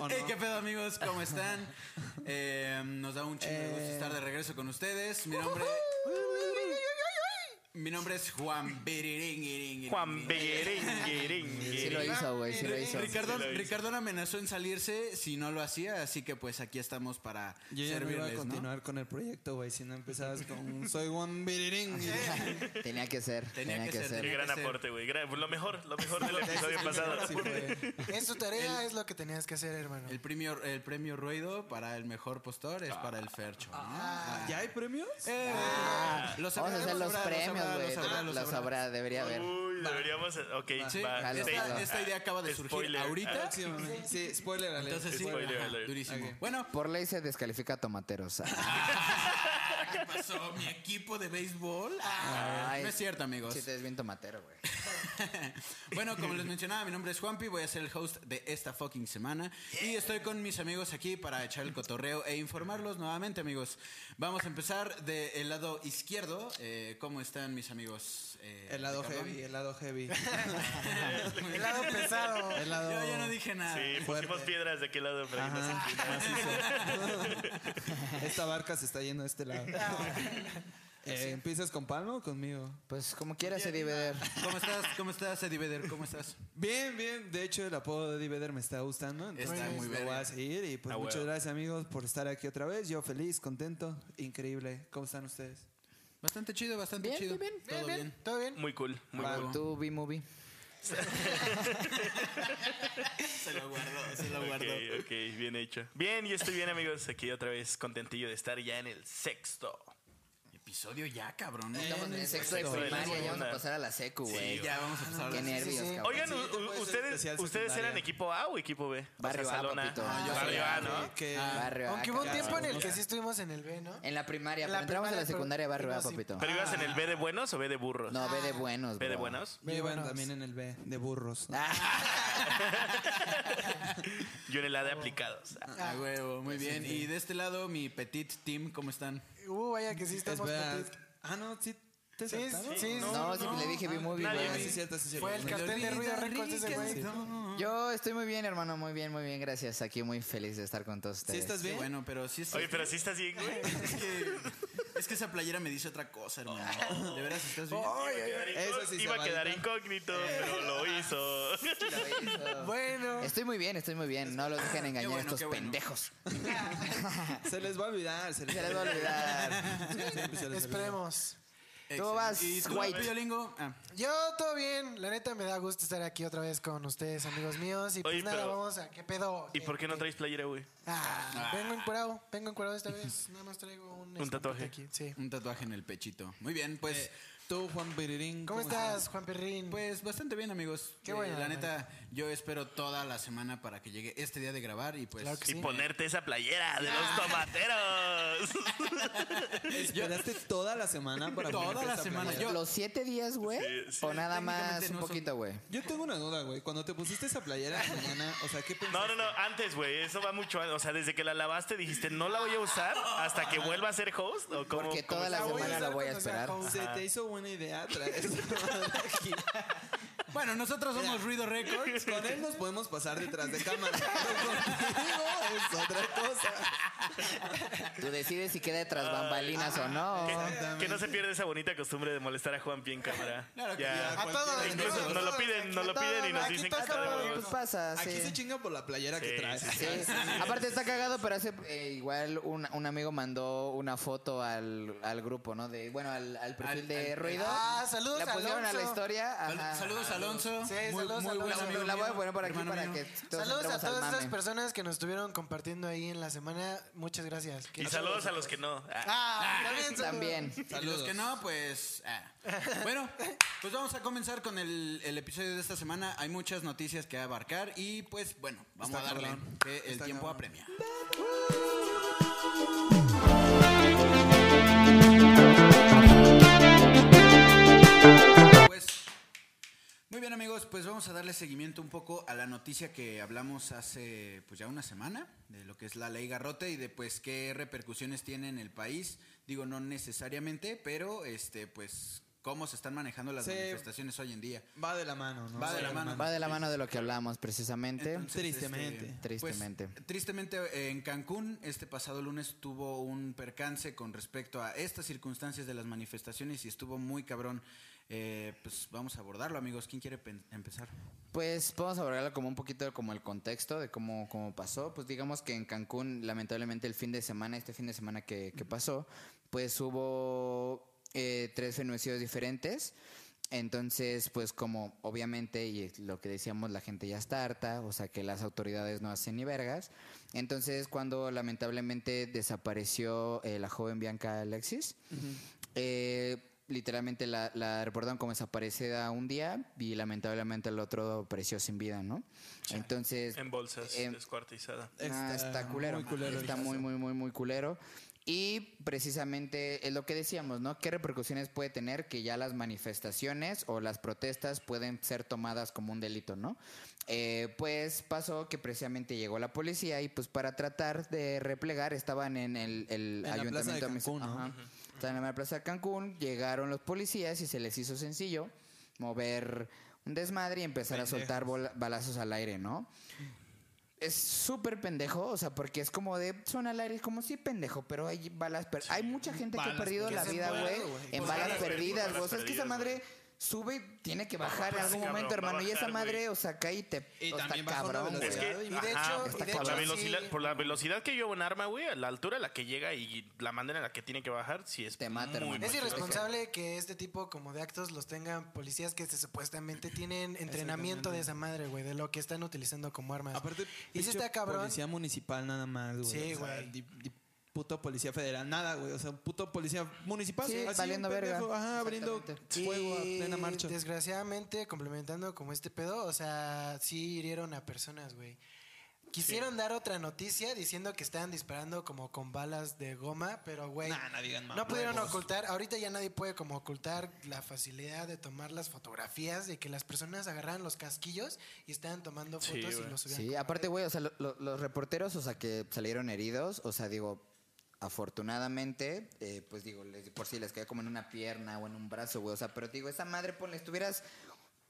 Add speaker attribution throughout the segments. Speaker 1: ¿O
Speaker 2: Hey,
Speaker 1: no?
Speaker 2: qué pedo, amigos, ¿cómo están? Eh, nos da un chingo de gusto
Speaker 1: Eh.
Speaker 2: estar de regreso con ustedes. Mi nombre. Mi nombre es Juan Eh, Beriringiringiri.
Speaker 3: Juan Beguerenguerengue.
Speaker 1: Sí lo hizo, güey, sí lo hizo.
Speaker 2: Ricardo,
Speaker 3: Sí lo hizo.
Speaker 2: Ricardo amenazó en salirse si no lo hacía, así que pues aquí estamos para
Speaker 1: Yo ya no iba a
Speaker 2: servirles, ¿no?
Speaker 1: continuar con el proyecto, güey, si no empezabas con Soy Juan Biriring.
Speaker 4: Tenía que ser,
Speaker 2: Tenía
Speaker 4: tenía,
Speaker 2: que
Speaker 4: que,
Speaker 2: ser,
Speaker 4: ser.
Speaker 3: Qué gran
Speaker 2: Tiene que
Speaker 3: aporte, güey. Gra- Lo mejor, lo mejor del episodio pasado.
Speaker 1: Sí, güey.
Speaker 5: Es tu tarea, es lo que tenías que hacer, hermano.
Speaker 2: El premio, el premio Ruido para el mejor postor es para el Fercho. ¿no? Ah.
Speaker 1: ¿Ya hay premios?
Speaker 2: Eh, lo sabrá,
Speaker 4: Vamos a hacer
Speaker 2: lo
Speaker 4: los
Speaker 2: sabrá, lo
Speaker 4: premios,
Speaker 2: sabrá, lo
Speaker 4: güey.
Speaker 2: sabrá, lo
Speaker 4: Los
Speaker 2: sabrá.
Speaker 4: habrá, debería haber.
Speaker 3: Uy, deberíamos. Ok,
Speaker 2: Sí,
Speaker 3: va.
Speaker 4: jalo,
Speaker 3: Te- ah,
Speaker 2: esta,
Speaker 4: jalo.
Speaker 2: esta idea acaba de surgir
Speaker 3: Spoiler.
Speaker 2: ahorita.
Speaker 1: Sí, güey. Sí, spoiler alert.
Speaker 2: Entonces sí,
Speaker 1: spoiler.
Speaker 3: Spoiler
Speaker 2: ajá,
Speaker 3: alert.
Speaker 2: durísimo.
Speaker 1: Ok.
Speaker 2: Bueno,
Speaker 4: Por ley se descalifica a tomateros.
Speaker 2: ¿qué pasó? ¿Mi equipo de béisbol? Ah,
Speaker 4: Ay.
Speaker 2: no es cierto, amigos.
Speaker 4: Sí, te ves bien tomatero, güey.
Speaker 2: bueno, como les mencionaba, mi nombre es Juanpi, voy a ser el host de esta fucking semana y estoy con mis amigos aquí para echar el cotorreo e informarlos nuevamente, amigos. Vamos a empezar del lado izquierdo. Eh, ¿Cómo están mis amigos? Eh,
Speaker 1: El lado
Speaker 2: Ricardo?
Speaker 1: heavy, el lado heavy.
Speaker 5: El lado pesado.
Speaker 1: El lado...
Speaker 2: Yo ya no dije nada.
Speaker 3: ah, Sí, pusimos
Speaker 1: Fuerte.
Speaker 3: piedras de qué lado para irnos
Speaker 1: Ajá,
Speaker 3: aquí.
Speaker 1: macizo. Esta barca se está yendo a este lado. Eh, ¿Empiezas con Palmo o conmigo?
Speaker 4: Pues como quieras, Eddie Vedder.
Speaker 2: ¿Cómo estás? ¿Cómo estás, Eddie Vedder? ¿Cómo estás?
Speaker 1: Bien, bien. De hecho, el apodo de Eddie Vedder me está gustando. Entonces
Speaker 2: Está muy
Speaker 1: lo
Speaker 2: verga.
Speaker 1: voy a seguir. Y pues
Speaker 3: Ah,
Speaker 1: muchas
Speaker 3: huevo.
Speaker 1: gracias, amigos, por estar aquí otra vez. Yo feliz, contento, increíble. ¿Cómo están ustedes?
Speaker 2: Bastante chido, bastante
Speaker 4: Bien,
Speaker 2: chido.
Speaker 4: bien,
Speaker 2: Todo bien.
Speaker 5: ¿Todo bien?
Speaker 3: Muy cool, muy
Speaker 2: Va.
Speaker 3: cool.
Speaker 2: Huevo.
Speaker 4: Tú, B-Movie.
Speaker 2: Se lo guardó, se lo guardó.
Speaker 3: Ok, ok, bien hecho. Bien, yo estoy bien, amigos. Aquí otra vez contentillo de estar ya en el sexto.
Speaker 2: Episodio ya, cabrón. ¿no?
Speaker 4: Estamos en el sexto de
Speaker 3: sexto de la
Speaker 4: primaria, ya vamos
Speaker 3: segunda.
Speaker 4: a pasar a la secu, güey.
Speaker 2: ya vamos a pasar
Speaker 4: Qué
Speaker 2: a la-
Speaker 4: nervios,
Speaker 5: sí.
Speaker 4: cabrón.
Speaker 3: Oigan, u-
Speaker 1: tú puedes
Speaker 3: ¿ustedes,
Speaker 1: ser especial
Speaker 3: ustedes eran
Speaker 1: secundaria.
Speaker 3: equipo A o equipo B? O
Speaker 4: Barrio A,
Speaker 3: Salona. Ah,
Speaker 4: papito.
Speaker 2: yo
Speaker 3: Barrio
Speaker 2: soy
Speaker 3: A,
Speaker 2: A,
Speaker 3: ¿no?
Speaker 1: Que-
Speaker 4: Barrio A,
Speaker 5: Aunque hubo un
Speaker 4: Ah, cabrón.
Speaker 5: tiempo en el que sí estuvimos en el B, ¿no?
Speaker 4: En la primaria,
Speaker 5: En
Speaker 4: pero entramos a
Speaker 5: la
Speaker 4: la
Speaker 5: primaria, pero-
Speaker 4: secundaria barrio A,
Speaker 5: ibas-
Speaker 4: papito.
Speaker 3: ¿Pero ibas en el B de buenos o B de burros?
Speaker 4: No, ve de buenos,
Speaker 3: ¿B de
Speaker 4: bro.
Speaker 3: buenos?
Speaker 1: Me iban
Speaker 5: Llévanos.
Speaker 1: también en el B, de burros.
Speaker 4: Ah,
Speaker 3: Yo en el A de aplicados.
Speaker 2: Ah, huevo, muy bien. Y de este lado, mi petit team, ¿cómo están?
Speaker 5: Uh, vaya que sí estamos
Speaker 1: Espera.
Speaker 5: petit.
Speaker 1: Ah, no, sí. ¿Te
Speaker 5: Sí,
Speaker 1: saltaron?
Speaker 5: sí,
Speaker 4: No,
Speaker 5: no,
Speaker 4: sí,
Speaker 5: no.
Speaker 4: le dije B-Movie,
Speaker 3: Nadie
Speaker 4: güey.
Speaker 1: Ah,
Speaker 3: vi.
Speaker 1: sí, cierto, sí, cierto.
Speaker 5: Fue el
Speaker 1: Me-
Speaker 5: cartel de ruido recortes ese güey.
Speaker 4: Yo estoy muy bien, hermano, muy bien, muy bien, gracias. Aquí muy feliz de estar con todos
Speaker 1: ¿Sí
Speaker 4: ustedes.
Speaker 1: estás bien?
Speaker 2: Bueno, pero sí es.
Speaker 3: Oye, pero sí estás bien, güey.
Speaker 2: Es que, es que esa playera me dice otra cosa, hermano. De veras, estás bien.
Speaker 5: Oh,
Speaker 1: Eso sí se
Speaker 3: Iba a quedar
Speaker 1: valida.
Speaker 3: incógnito, pero lo hizo.
Speaker 5: Bueno,
Speaker 4: Estoy muy bien, estoy muy bien. No los dejen engañar
Speaker 2: bueno, qué
Speaker 4: estos
Speaker 2: bueno.
Speaker 4: pendejos.
Speaker 1: Se les va a olvidar. Se les,
Speaker 4: Se les va a olvidar.
Speaker 1: Siempre se les olvida.
Speaker 5: esperemos.
Speaker 2: Excelente.
Speaker 4: vas,
Speaker 2: ¿Y tú,
Speaker 4: White.
Speaker 2: Piolingo? Ah,
Speaker 5: Yo todo bien, la neta me da gusto estar aquí otra vez con ustedes, amigos míos. Y pues
Speaker 3: Oye,
Speaker 5: nada,
Speaker 3: pero-
Speaker 5: vamos a. ¿Qué pedo?
Speaker 3: ¿Y por qué no
Speaker 5: ¿Qué?
Speaker 3: traes playera, güey?
Speaker 5: Ah, vengo encuerado, vengo encuerado esta vez. Nada más traigo un. estampita
Speaker 3: tatuaje.
Speaker 5: Aquí. Sí.
Speaker 2: un tatuaje en el pechito. Muy bien,
Speaker 1: Eh.
Speaker 2: pues.
Speaker 1: Tú, Juan Birirín.
Speaker 5: ¿Cómo estás, Juan Perrín?
Speaker 2: Pues bastante bien, amigos. Eh,
Speaker 5: Qué bueno,
Speaker 2: la
Speaker 5: hermano.
Speaker 2: neta, yo espero toda la semana para que llegue este día de grabar y pues.
Speaker 5: Claro que
Speaker 3: Y
Speaker 5: Sí.
Speaker 3: ponerte esa playera de los tomateros.
Speaker 1: Esperaste toda la semana para
Speaker 2: Toda
Speaker 1: ponerte
Speaker 2: la
Speaker 1: esa
Speaker 2: semana,
Speaker 1: playera?
Speaker 2: yo-
Speaker 4: ¿Los siete días, güey?
Speaker 3: Sí, sí.
Speaker 4: ¿O nada más
Speaker 2: Técnicamente
Speaker 4: un
Speaker 2: no son-
Speaker 4: poquito, güey?
Speaker 1: Yo tengo una duda, güey. Cuando te pusiste esa playera en la mañana, o sea, ¿qué
Speaker 3: No,
Speaker 1: pensaste?
Speaker 3: no, no, antes, güey, eso va mucho antes. O sea, desde que la lavaste dijiste, no la voy a usar hasta que vuelva a ser host. ¿o cómo-
Speaker 4: Porque
Speaker 3: cómo
Speaker 4: toda la
Speaker 3: está?
Speaker 5: La voy a
Speaker 4: semana
Speaker 5: usar
Speaker 4: la voy a
Speaker 5: cuando sea
Speaker 4: esperar.
Speaker 5: host.
Speaker 1: ¿Se te hizo buena idea traer esa madre aquí?
Speaker 2: Bueno, nosotros somos Ruido Records.
Speaker 1: Con él nos podemos pasar detrás de cámara. Pero contigo es otra cosa.
Speaker 4: Tú decides si queda tras bambalinas o no.
Speaker 3: Que, que no se pierda esa bonita costumbre de molestar a Juan bien cámara.
Speaker 2: Claro que
Speaker 3: Ya.
Speaker 5: A todos,
Speaker 3: Incluso
Speaker 5: todos,
Speaker 3: nos lo
Speaker 5: todos,
Speaker 3: piden, nos lo
Speaker 5: aquí
Speaker 3: piden y
Speaker 5: todos,
Speaker 3: nos
Speaker 5: aquí
Speaker 3: dicen que
Speaker 5: toca,
Speaker 3: estamos.
Speaker 4: Pues pasa,
Speaker 1: Aquí
Speaker 4: sí.
Speaker 1: se chinga por la playera que
Speaker 3: Sí,
Speaker 1: traes.
Speaker 3: sí,
Speaker 4: Sí. Aparte está cagado, pero hace eh, igual un, un amigo mandó una foto al, al grupo, ¿no? De, bueno, al, al perfil
Speaker 2: Al-
Speaker 4: de
Speaker 2: al-
Speaker 4: ruido.
Speaker 5: Ah, saludos,
Speaker 4: La pusieron a la
Speaker 5: Alonso.
Speaker 4: historia.
Speaker 2: Sal-
Speaker 4: ajá.
Speaker 2: Saludos, Alonso.
Speaker 5: Sí, saludos, Alonso.
Speaker 2: buen
Speaker 4: La-
Speaker 2: amigo
Speaker 4: la voy a
Speaker 2: mío,
Speaker 4: poner por aquí
Speaker 2: hermano
Speaker 4: para
Speaker 2: mío.
Speaker 4: que todos
Speaker 5: Pues, Saludos a
Speaker 4: entremos al
Speaker 5: todas esas
Speaker 4: mame.
Speaker 5: personas que nos estuvieron compartiendo ahí en la semana. Muchas gracias.
Speaker 3: Y saludos a los que no. Ah.
Speaker 5: Ah, también. saludos.
Speaker 4: También.
Speaker 2: Y los que no, pues. ah. Bueno, pues vamos a comenzar con el, el episodio de esta semana. Hay muchas noticias que abarcar y, pues, bueno, vamos
Speaker 1: Está
Speaker 2: a darle
Speaker 1: cabrón.
Speaker 2: que el
Speaker 1: Está
Speaker 2: tiempo
Speaker 1: cabrón.
Speaker 2: apremia. Pues, Muy bien amigos, pues vamos a darle seguimiento un poco a la noticia que hablamos hace pues ya una semana de lo que es la ley Garrote y de pues qué repercusiones tiene en el país. Digo, no necesariamente, pero este pues cómo se están manejando las
Speaker 6: Sí.
Speaker 2: manifestaciones hoy en día.
Speaker 1: Va de la mano, ¿no?
Speaker 2: Va de la mano.
Speaker 4: Va de la mano de lo que hablamos precisamente.
Speaker 2: Entonces,
Speaker 1: Tristemente.
Speaker 2: pues,
Speaker 4: Tristemente.
Speaker 2: tristemente, eh, en Cancún, este pasado lunes tuvo un percance con respecto a estas circunstancias de las manifestaciones y estuvo muy cabrón. Eh, pues vamos a abordarlo, amigos. ¿Quién quiere pen- empezar?
Speaker 4: Pues vamos a hablar como un poquito como el contexto de cómo, cómo pasó. Pues digamos que en Cancún, lamentablemente, el fin de semana, este fin de semana que, que pasó, pues hubo eh, tres feminicidios diferentes. Entonces, pues como obviamente, y es lo que decíamos, la gente ya está harta, o sea que las autoridades no hacen ni vergas. Entonces, cuando lamentablemente desapareció eh, la joven Bianca Alexis, eh, literalmente la, la reportaron como desaparecida un día y lamentablemente el otro apareció sin vida, ¿no? Entonces...
Speaker 3: En bolsas,
Speaker 4: eh,
Speaker 3: descuartizada.
Speaker 4: ah, está culero.
Speaker 1: Muy culero.
Speaker 4: Está
Speaker 1: el
Speaker 4: muy,
Speaker 1: caso.
Speaker 4: muy, muy, muy culero. Y precisamente es lo que decíamos, ¿no? ¿Qué repercusiones puede tener que ya las manifestaciones o las protestas pueden ser tomadas como un delito, ¿no? Eh, pues pasó que precisamente llegó la policía y pues para tratar de replegar estaban en el, el
Speaker 1: En la
Speaker 4: ayuntamiento
Speaker 1: plaza de
Speaker 4: municip-
Speaker 1: Cancún, ¿no?
Speaker 4: Ajá. Estaban en la plaza de Cancún, llegaron los policías y se les hizo sencillo mover un desmadre y empezar a soltar bola- balazos al aire, ¿no? Es súper pendejo, o sea, porque es como de suena al aire, es como sí pendejo, pero hay balas, per- hay mucha gente que ha
Speaker 1: Balas
Speaker 4: perdido
Speaker 1: perdidas.
Speaker 4: la
Speaker 1: Que se
Speaker 4: vida,
Speaker 5: muere,
Speaker 4: güey,
Speaker 5: güey.
Speaker 4: en
Speaker 3: Pues
Speaker 4: balas
Speaker 3: balas
Speaker 4: perdidas,
Speaker 3: perdidas,
Speaker 4: güey. O sea, es que esa
Speaker 3: balas
Speaker 4: madre
Speaker 3: perdidas,
Speaker 4: sube, tiene que
Speaker 3: Va a
Speaker 4: bajar en
Speaker 3: bajar,
Speaker 4: algún
Speaker 3: cabrón,
Speaker 4: momento,
Speaker 3: va a
Speaker 4: hermano, y esa
Speaker 3: bajar,
Speaker 4: madre,
Speaker 3: güey.
Speaker 4: o sea, cae y te
Speaker 1: Y
Speaker 4: o
Speaker 1: también
Speaker 4: está
Speaker 1: bajó la
Speaker 4: cabrón, güey.
Speaker 3: Es que,
Speaker 1: Y de
Speaker 3: ajá,
Speaker 4: hecho- y de
Speaker 3: por,
Speaker 4: hecho,
Speaker 3: la
Speaker 4: sí.
Speaker 3: velocidad, por la velocidad que lleva un arma, güey, a la altura a la que llega y la manera en la que tiene que bajar, sí es
Speaker 4: Te mata,
Speaker 3: muy
Speaker 4: hermano.
Speaker 5: Es
Speaker 3: peligroso.
Speaker 5: irresponsable que este tipo como de actos los tengan policías que se- supuestamente tienen entrenamiento de esa madre, güey, de lo que están utilizando como armas.
Speaker 1: Aparte,
Speaker 5: y si
Speaker 1: pinche
Speaker 5: está cabrón,
Speaker 1: Policía municipal nada más, güey.
Speaker 5: Sí,
Speaker 1: O sea,
Speaker 5: güey.
Speaker 1: di- di- puto policía federal, nada, güey. O sea, un puto policía municipal.
Speaker 4: Sí,
Speaker 1: así,
Speaker 4: valiendo
Speaker 1: un pendejo,
Speaker 4: verga.
Speaker 1: Ajá, abriendo
Speaker 4: Exactamente.
Speaker 1: fuego a
Speaker 5: Y
Speaker 1: plena marcha.
Speaker 5: Desgraciadamente, complementando como este pedo, o sea, sí hirieron a personas, güey. Quisieron dar otra noticia diciendo que estaban disparando como con balas de goma, pero güey,
Speaker 1: Nah, no digan
Speaker 5: no pudieron
Speaker 1: mamadas.
Speaker 5: ocultar, ahorita ya nadie puede como ocultar la facilidad de tomar las fotografías de que las personas agarraran los casquillos y estaban tomando
Speaker 3: Sí,
Speaker 5: fotos y
Speaker 3: güey.
Speaker 5: los subían.
Speaker 4: Sí,
Speaker 5: como-
Speaker 4: aparte, güey, o sea, lo- lo- los reporteros, o sea, que salieron heridos, o sea, digo, afortunadamente, eh, pues digo, les- por si les caía como en una pierna o en un brazo, güey, o sea, pero digo, esa madre, ponle, estuvieras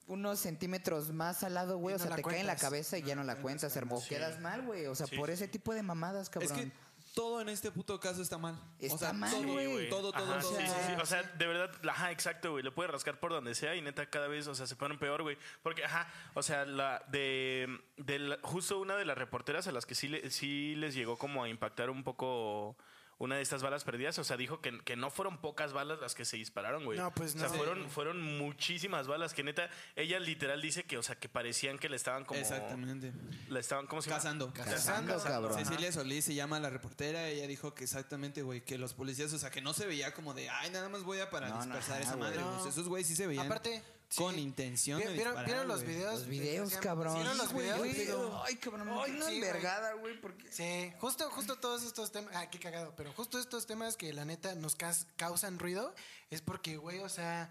Speaker 4: unos centímetros más al lado, güey,
Speaker 5: Y
Speaker 4: o
Speaker 5: no
Speaker 4: sea,
Speaker 5: la
Speaker 4: te cae en la
Speaker 5: cuentas.
Speaker 4: cabeza y ya no la cuentas, hermano, quedas mal, güey, o sea,
Speaker 3: Sí,
Speaker 4: por
Speaker 3: sí,
Speaker 4: ese tipo de mamadas, cabrón.
Speaker 1: Es que todo en este puto caso está mal.
Speaker 4: Está
Speaker 1: o sea,
Speaker 4: mal,
Speaker 1: todo,
Speaker 4: güey.
Speaker 1: Todo, todo,
Speaker 3: Ajá,
Speaker 1: todo.
Speaker 3: sí, sí, sí. O sea, de verdad, ajá, exacto, güey. Le puede rascar por donde sea y neta cada vez, o sea, se ponen peor, güey. Porque, ajá, o sea, la de, de la- justo una de las reporteras a las que sí, le- sí les llegó como a impactar un poco una de estas balas perdidas, o sea, dijo que, que no fueron pocas balas las que se dispararon, güey.
Speaker 5: No, pues
Speaker 3: O sea,
Speaker 5: no.
Speaker 3: fueron, fueron muchísimas balas que neta, ella literal dice que, o sea, que parecían que le estaban como...
Speaker 1: Exactamente.
Speaker 3: La estaban, ¿cómo se llama?
Speaker 1: Cazando.
Speaker 4: Cazando, cabrón.
Speaker 1: Cecilia Solís se llama la reportera. Ella dijo que exactamente, güey, que los policías, o sea, que no se veía como de, ay, nada más voy a para
Speaker 4: No, no, ajá,
Speaker 1: dispersar esa madre.
Speaker 5: güey.
Speaker 1: güey". O sea, esos güey sí se veían.
Speaker 5: Aparte,
Speaker 1: con
Speaker 5: sí.
Speaker 1: intención
Speaker 5: ¿Vieron,
Speaker 1: de
Speaker 5: vieron-
Speaker 1: disparar,
Speaker 5: vieron los
Speaker 1: güey.
Speaker 5: videos?
Speaker 4: los videos, cabrón.
Speaker 5: ¿Vieron los
Speaker 4: Sí, güey,
Speaker 5: videos?
Speaker 4: qué
Speaker 5: Sí,
Speaker 4: pedo. Ay, cabrón,
Speaker 5: Ay,
Speaker 4: me
Speaker 5: sí,
Speaker 4: sí,
Speaker 5: güey.
Speaker 4: vergada, güey, porque...
Speaker 5: Sí, justo, justo todos estos temas. Ah, qué cagado. Pero justo estos temas que la neta nos cas- causan ruido es porque, güey, o sea.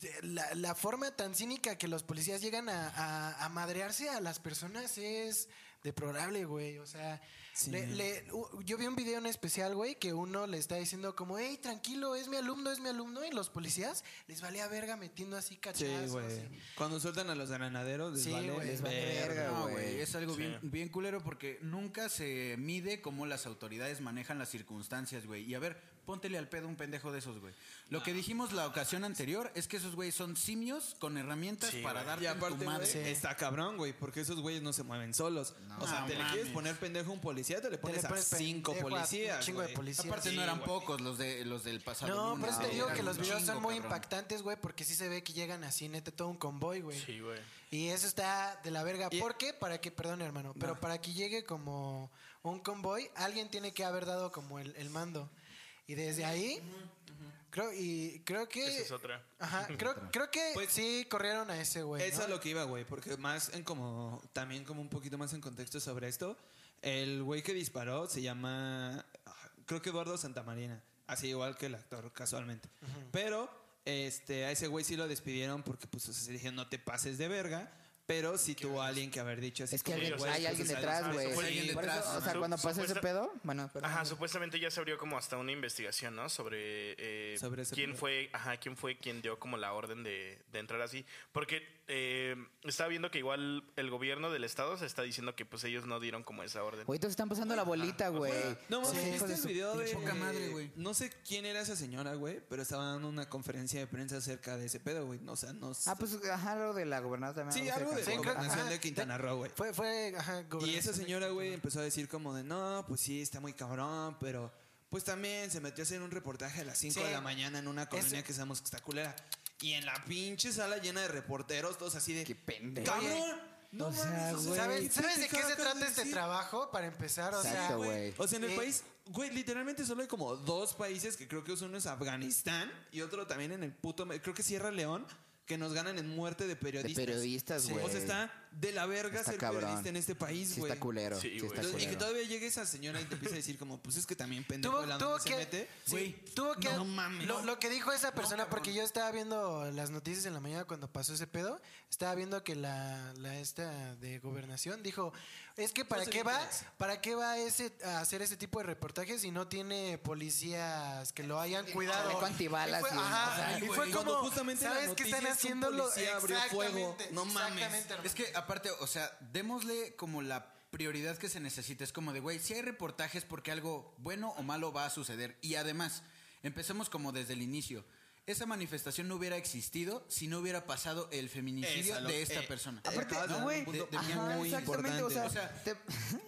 Speaker 5: de- La, la forma tan cínica que los policías llegan a, a- a madrearse a las personas es deplorable, güey. O sea,
Speaker 1: Sí.
Speaker 5: le- le- u- yo vi un video en especial, güey, que uno le está diciendo como, hey, tranquilo, es mi alumno, es mi alumno, y los policías les valía verga metiendo así
Speaker 1: Sí,
Speaker 5: cachazos.
Speaker 1: güey.
Speaker 5: así.
Speaker 1: Cuando sueltan a los granaderos, les
Speaker 5: Sí,
Speaker 1: vale,
Speaker 5: güey.
Speaker 4: Les vale verga,
Speaker 2: No,
Speaker 4: güey.
Speaker 2: güey, es algo
Speaker 3: Sí.
Speaker 2: bien, bien culero porque nunca se mide cómo las autoridades manejan las circunstancias, güey. Y a ver, póntele al pedo un pendejo de esos, güey. Lo que dijimos la ocasión anterior es que esos güeyes son simios con herramientas
Speaker 3: Sí,
Speaker 2: para
Speaker 3: güey.
Speaker 2: darte
Speaker 1: Y
Speaker 2: en tu
Speaker 1: aparte,
Speaker 2: madre. Este,
Speaker 1: güey, está cabrón, güey, porque esos güeyes no se mueven solos. o sea,
Speaker 2: No
Speaker 1: te le
Speaker 2: mames.
Speaker 1: quieres poner pendejo a un policía, te le pones,
Speaker 5: pones
Speaker 1: a cinco
Speaker 5: pendejo a un
Speaker 1: policías.
Speaker 5: chingo de
Speaker 1: güey.
Speaker 5: policías.
Speaker 2: Aparte
Speaker 5: Sí,
Speaker 2: no eran
Speaker 1: güey.
Speaker 2: pocos los de los del pasado.
Speaker 5: No,
Speaker 2: lunes,
Speaker 5: por eso te
Speaker 2: güey.
Speaker 5: digo que
Speaker 2: Eran
Speaker 5: los
Speaker 2: Ah, un
Speaker 5: videos son
Speaker 2: chingo,
Speaker 5: muy
Speaker 2: cabrón.
Speaker 5: impactantes, güey, porque sí se ve que llegan así, neta, todo un convoy, güey.
Speaker 3: Sí, güey.
Speaker 5: Y eso está de la verga.
Speaker 1: Y-
Speaker 5: ¿Por qué? Para que, perdón, hermano, pero para que llegue como un convoy, alguien tiene que haber dado como el, el mando. Y desde ahí, creo, y creo
Speaker 1: Eh,
Speaker 3: Esa
Speaker 5: que.
Speaker 3: es otra.
Speaker 5: Ajá, creo, creo que
Speaker 1: Pues-
Speaker 5: sí corrieron a ese güey.
Speaker 1: Eso
Speaker 5: Pues ¿no?
Speaker 1: es lo que iba, güey, porque más en como, también como un poquito más en contexto sobre esto, el güey que disparó se llama, ah, creo que Eduardo Santamarina, así igual que el actor, casualmente. Pero este, a ese güey sí lo despidieron porque pues o sea, se dijeron no te pases de verga. Pero si tuvo alguien que haber dicho así.
Speaker 4: Es que
Speaker 1: como,
Speaker 3: o sea,
Speaker 4: alguien-
Speaker 1: pues,
Speaker 4: hay
Speaker 3: es que
Speaker 4: alguien
Speaker 3: se
Speaker 4: detrás,
Speaker 3: sabe,
Speaker 4: güey.
Speaker 3: fue
Speaker 4: Sí,
Speaker 2: alguien
Speaker 4: por eso,
Speaker 2: detrás,
Speaker 4: o sea,
Speaker 3: ajá.
Speaker 4: cuando pasa ese
Speaker 3: Supuesta-
Speaker 4: pedo, bueno, perdón.
Speaker 3: Ajá, supuestamente ya se abrió como hasta una investigación, ¿no? Sobre, eh,
Speaker 1: Sobre ese
Speaker 3: quién
Speaker 1: pedo.
Speaker 3: fue, ajá, quién fue quien dio como la orden de, de entrar así. Porque eh, estaba viendo que igual el gobierno del estado se está diciendo que pues ellos no dieron como esa
Speaker 2: Pues,
Speaker 3: orden.
Speaker 4: Güey, todos están pasando la bolita, güey.
Speaker 1: No,
Speaker 4: O sea,
Speaker 1: mames,
Speaker 4: hijo
Speaker 1: ¿viste
Speaker 4: de
Speaker 1: el
Speaker 4: su
Speaker 1: video de.
Speaker 4: pinche-
Speaker 2: Poca madre, güey.
Speaker 1: No sé quién era esa señora, güey, pero estaba dando una conferencia de prensa acerca de ese pedo, güey. No, O sea, no sé.
Speaker 4: Ah, pues ajá, lo de la gobernadora también.
Speaker 1: sí, algo de la
Speaker 5: Sí, creo que-
Speaker 1: gobernación
Speaker 5: ajá.
Speaker 1: de Quintana Roo, güey.
Speaker 5: Fue, fue, ajá,
Speaker 1: Y
Speaker 5: gobernación
Speaker 1: esa
Speaker 5: de
Speaker 1: señora, güey,
Speaker 5: Quintana
Speaker 1: empezó a decir como de, no, pues sí, está muy cabrón, pero pues también se metió a hacer un reportaje a las 5
Speaker 5: Sí.
Speaker 1: de la mañana en una colonia
Speaker 5: Eso-
Speaker 1: que sabemos que está culera. Y en la pinche sala llena de reporteros, todos así de...
Speaker 4: Qué pendejo.
Speaker 1: ¡Cabrón!
Speaker 4: O sea, güey.
Speaker 5: ¿Sabes,
Speaker 1: ¿qué
Speaker 5: ¿Sabes de qué
Speaker 1: acabas
Speaker 5: se trata este
Speaker 1: decir?
Speaker 5: trabajo? Para empezar, o sea,
Speaker 4: Exacto, güey.
Speaker 1: O sea, en el
Speaker 5: Eh,
Speaker 1: país, güey, literalmente solo hay como dos países que creo que uno es Afganistán y otro también en el puto, me- creo que Sierra León, que nos ganan en muerte de
Speaker 4: De
Speaker 1: periodistas.
Speaker 4: periodistas,
Speaker 1: Sí.
Speaker 4: güey.
Speaker 1: O sea, está de la verga
Speaker 4: Está
Speaker 1: ser
Speaker 4: cabrón.
Speaker 1: periodista en este país,
Speaker 4: Sí
Speaker 1: güey.
Speaker 4: está culero.
Speaker 3: Sí,
Speaker 4: Sí,
Speaker 3: güey.
Speaker 4: está
Speaker 1: Entonces, y que
Speaker 4: culero.
Speaker 1: todavía llegue esa señora y te empiece a decir como, pues es que también pendejo
Speaker 5: tuvo,
Speaker 1: la
Speaker 5: tuvo
Speaker 1: donde se
Speaker 5: que,
Speaker 1: mete.
Speaker 5: sí,
Speaker 2: Güey,
Speaker 5: tuvo que
Speaker 1: no mames.
Speaker 5: Lo, lo que dijo esa persona, porque yo estaba viendo las noticias en la mañana cuando pasó ese pedo, estaba viendo que la, la esta de gobernación dijo, es que para
Speaker 1: se
Speaker 5: qué
Speaker 1: ve
Speaker 5: va,
Speaker 1: interés.
Speaker 5: para qué va ese a hacer ese tipo de reportajes si no tiene policías que lo hayan cuidado.
Speaker 4: Chaleco antibalas
Speaker 5: Y fue,
Speaker 4: y-
Speaker 5: ajá,
Speaker 4: Ay,
Speaker 5: y fue
Speaker 1: güey.
Speaker 5: como,
Speaker 1: Cuando justamente en la
Speaker 5: ¿sabes qué
Speaker 1: noticia
Speaker 5: están
Speaker 1: es que un
Speaker 5: haciendo? Lo-
Speaker 1: policía abrió fuego.
Speaker 5: Exactamente,
Speaker 1: No mames.
Speaker 5: exactamente, hermano.
Speaker 2: Es que aparte, o sea, démosle como la prioridad que se necesita. Es como de, güey, si hay reportajes porque algo bueno o malo va a suceder. Y además, empecemos como desde el inicio. Esa manifestación no hubiera existido si no hubiera pasado el feminicidio
Speaker 1: Esa lo-
Speaker 2: de esta
Speaker 1: eh,
Speaker 2: persona.
Speaker 1: eh,
Speaker 4: Aparte,
Speaker 1: Acabas de
Speaker 4: no,
Speaker 1: dar un
Speaker 4: güey.
Speaker 1: punto
Speaker 2: de- de
Speaker 4: Ajá,
Speaker 1: muy
Speaker 4: exactamente. O
Speaker 2: importante.
Speaker 4: sea,
Speaker 2: O sea,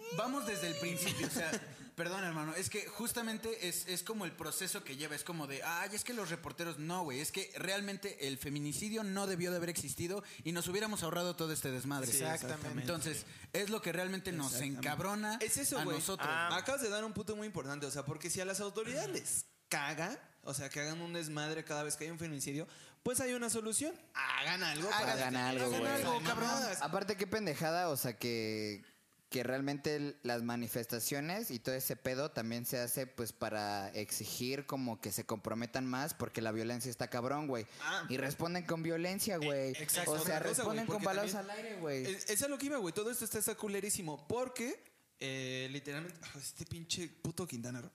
Speaker 4: te-
Speaker 2: Vamos desde el principio, o sea, perdón hermano, es que justamente es, es como el proceso que lleva, es como de, ay, es que los reporteros no, güey, es que realmente el feminicidio no debió de haber existido y nos hubiéramos ahorrado todo este desmadre.
Speaker 5: Sí, exactamente.
Speaker 2: Entonces, es lo que realmente nos
Speaker 1: Exactamente.
Speaker 2: encabrona
Speaker 1: Es eso,
Speaker 2: a
Speaker 1: güey.
Speaker 2: nosotros.
Speaker 3: Ah.
Speaker 1: Acabas de dar un punto muy importante, o sea, porque si a las autoridades les caga, o sea, que hagan un desmadre cada vez que hay un feminicidio, pues hay una solución. Hagan algo. para-
Speaker 4: Hagan algo, güey.
Speaker 1: algo, cabrón.
Speaker 4: Aparte, qué pendejada, o sea, que, que realmente el- las manifestaciones y todo ese pedo también se hace pues para exigir como que se comprometan más porque la violencia está cabrón, güey.
Speaker 1: Ah. Eh,
Speaker 4: y responden con violencia, güey.
Speaker 1: exacto.
Speaker 4: o sea,
Speaker 1: Otra cosa,
Speaker 4: responden
Speaker 1: güey,
Speaker 4: con
Speaker 1: porque
Speaker 4: balazos
Speaker 1: también-
Speaker 4: al aire, güey.
Speaker 1: Es, es a lo que iba, güey. Todo esto está, está culerísimo. Porque, eh, literalmente, ah, este pinche puto Quintana Roo.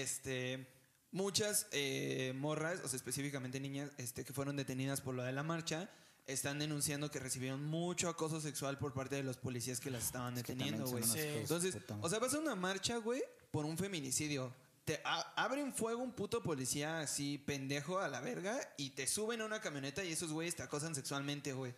Speaker 1: Este, muchas eh, morras, o sea, específicamente niñas, este, que fueron detenidas por lo de la marcha, están denunciando que recibieron mucho acoso sexual por parte de los policías que las estaban
Speaker 4: que
Speaker 1: deteniendo,
Speaker 4: también
Speaker 1: güey.
Speaker 4: son unos Sí. hijos de
Speaker 1: Entonces,
Speaker 4: puta.
Speaker 1: o sea, vas a una marcha, güey, por un feminicidio. Te a- abren fuego un puto policía así pendejo a la verga y te suben a una camioneta y esos güeyes te acosan sexualmente, güey.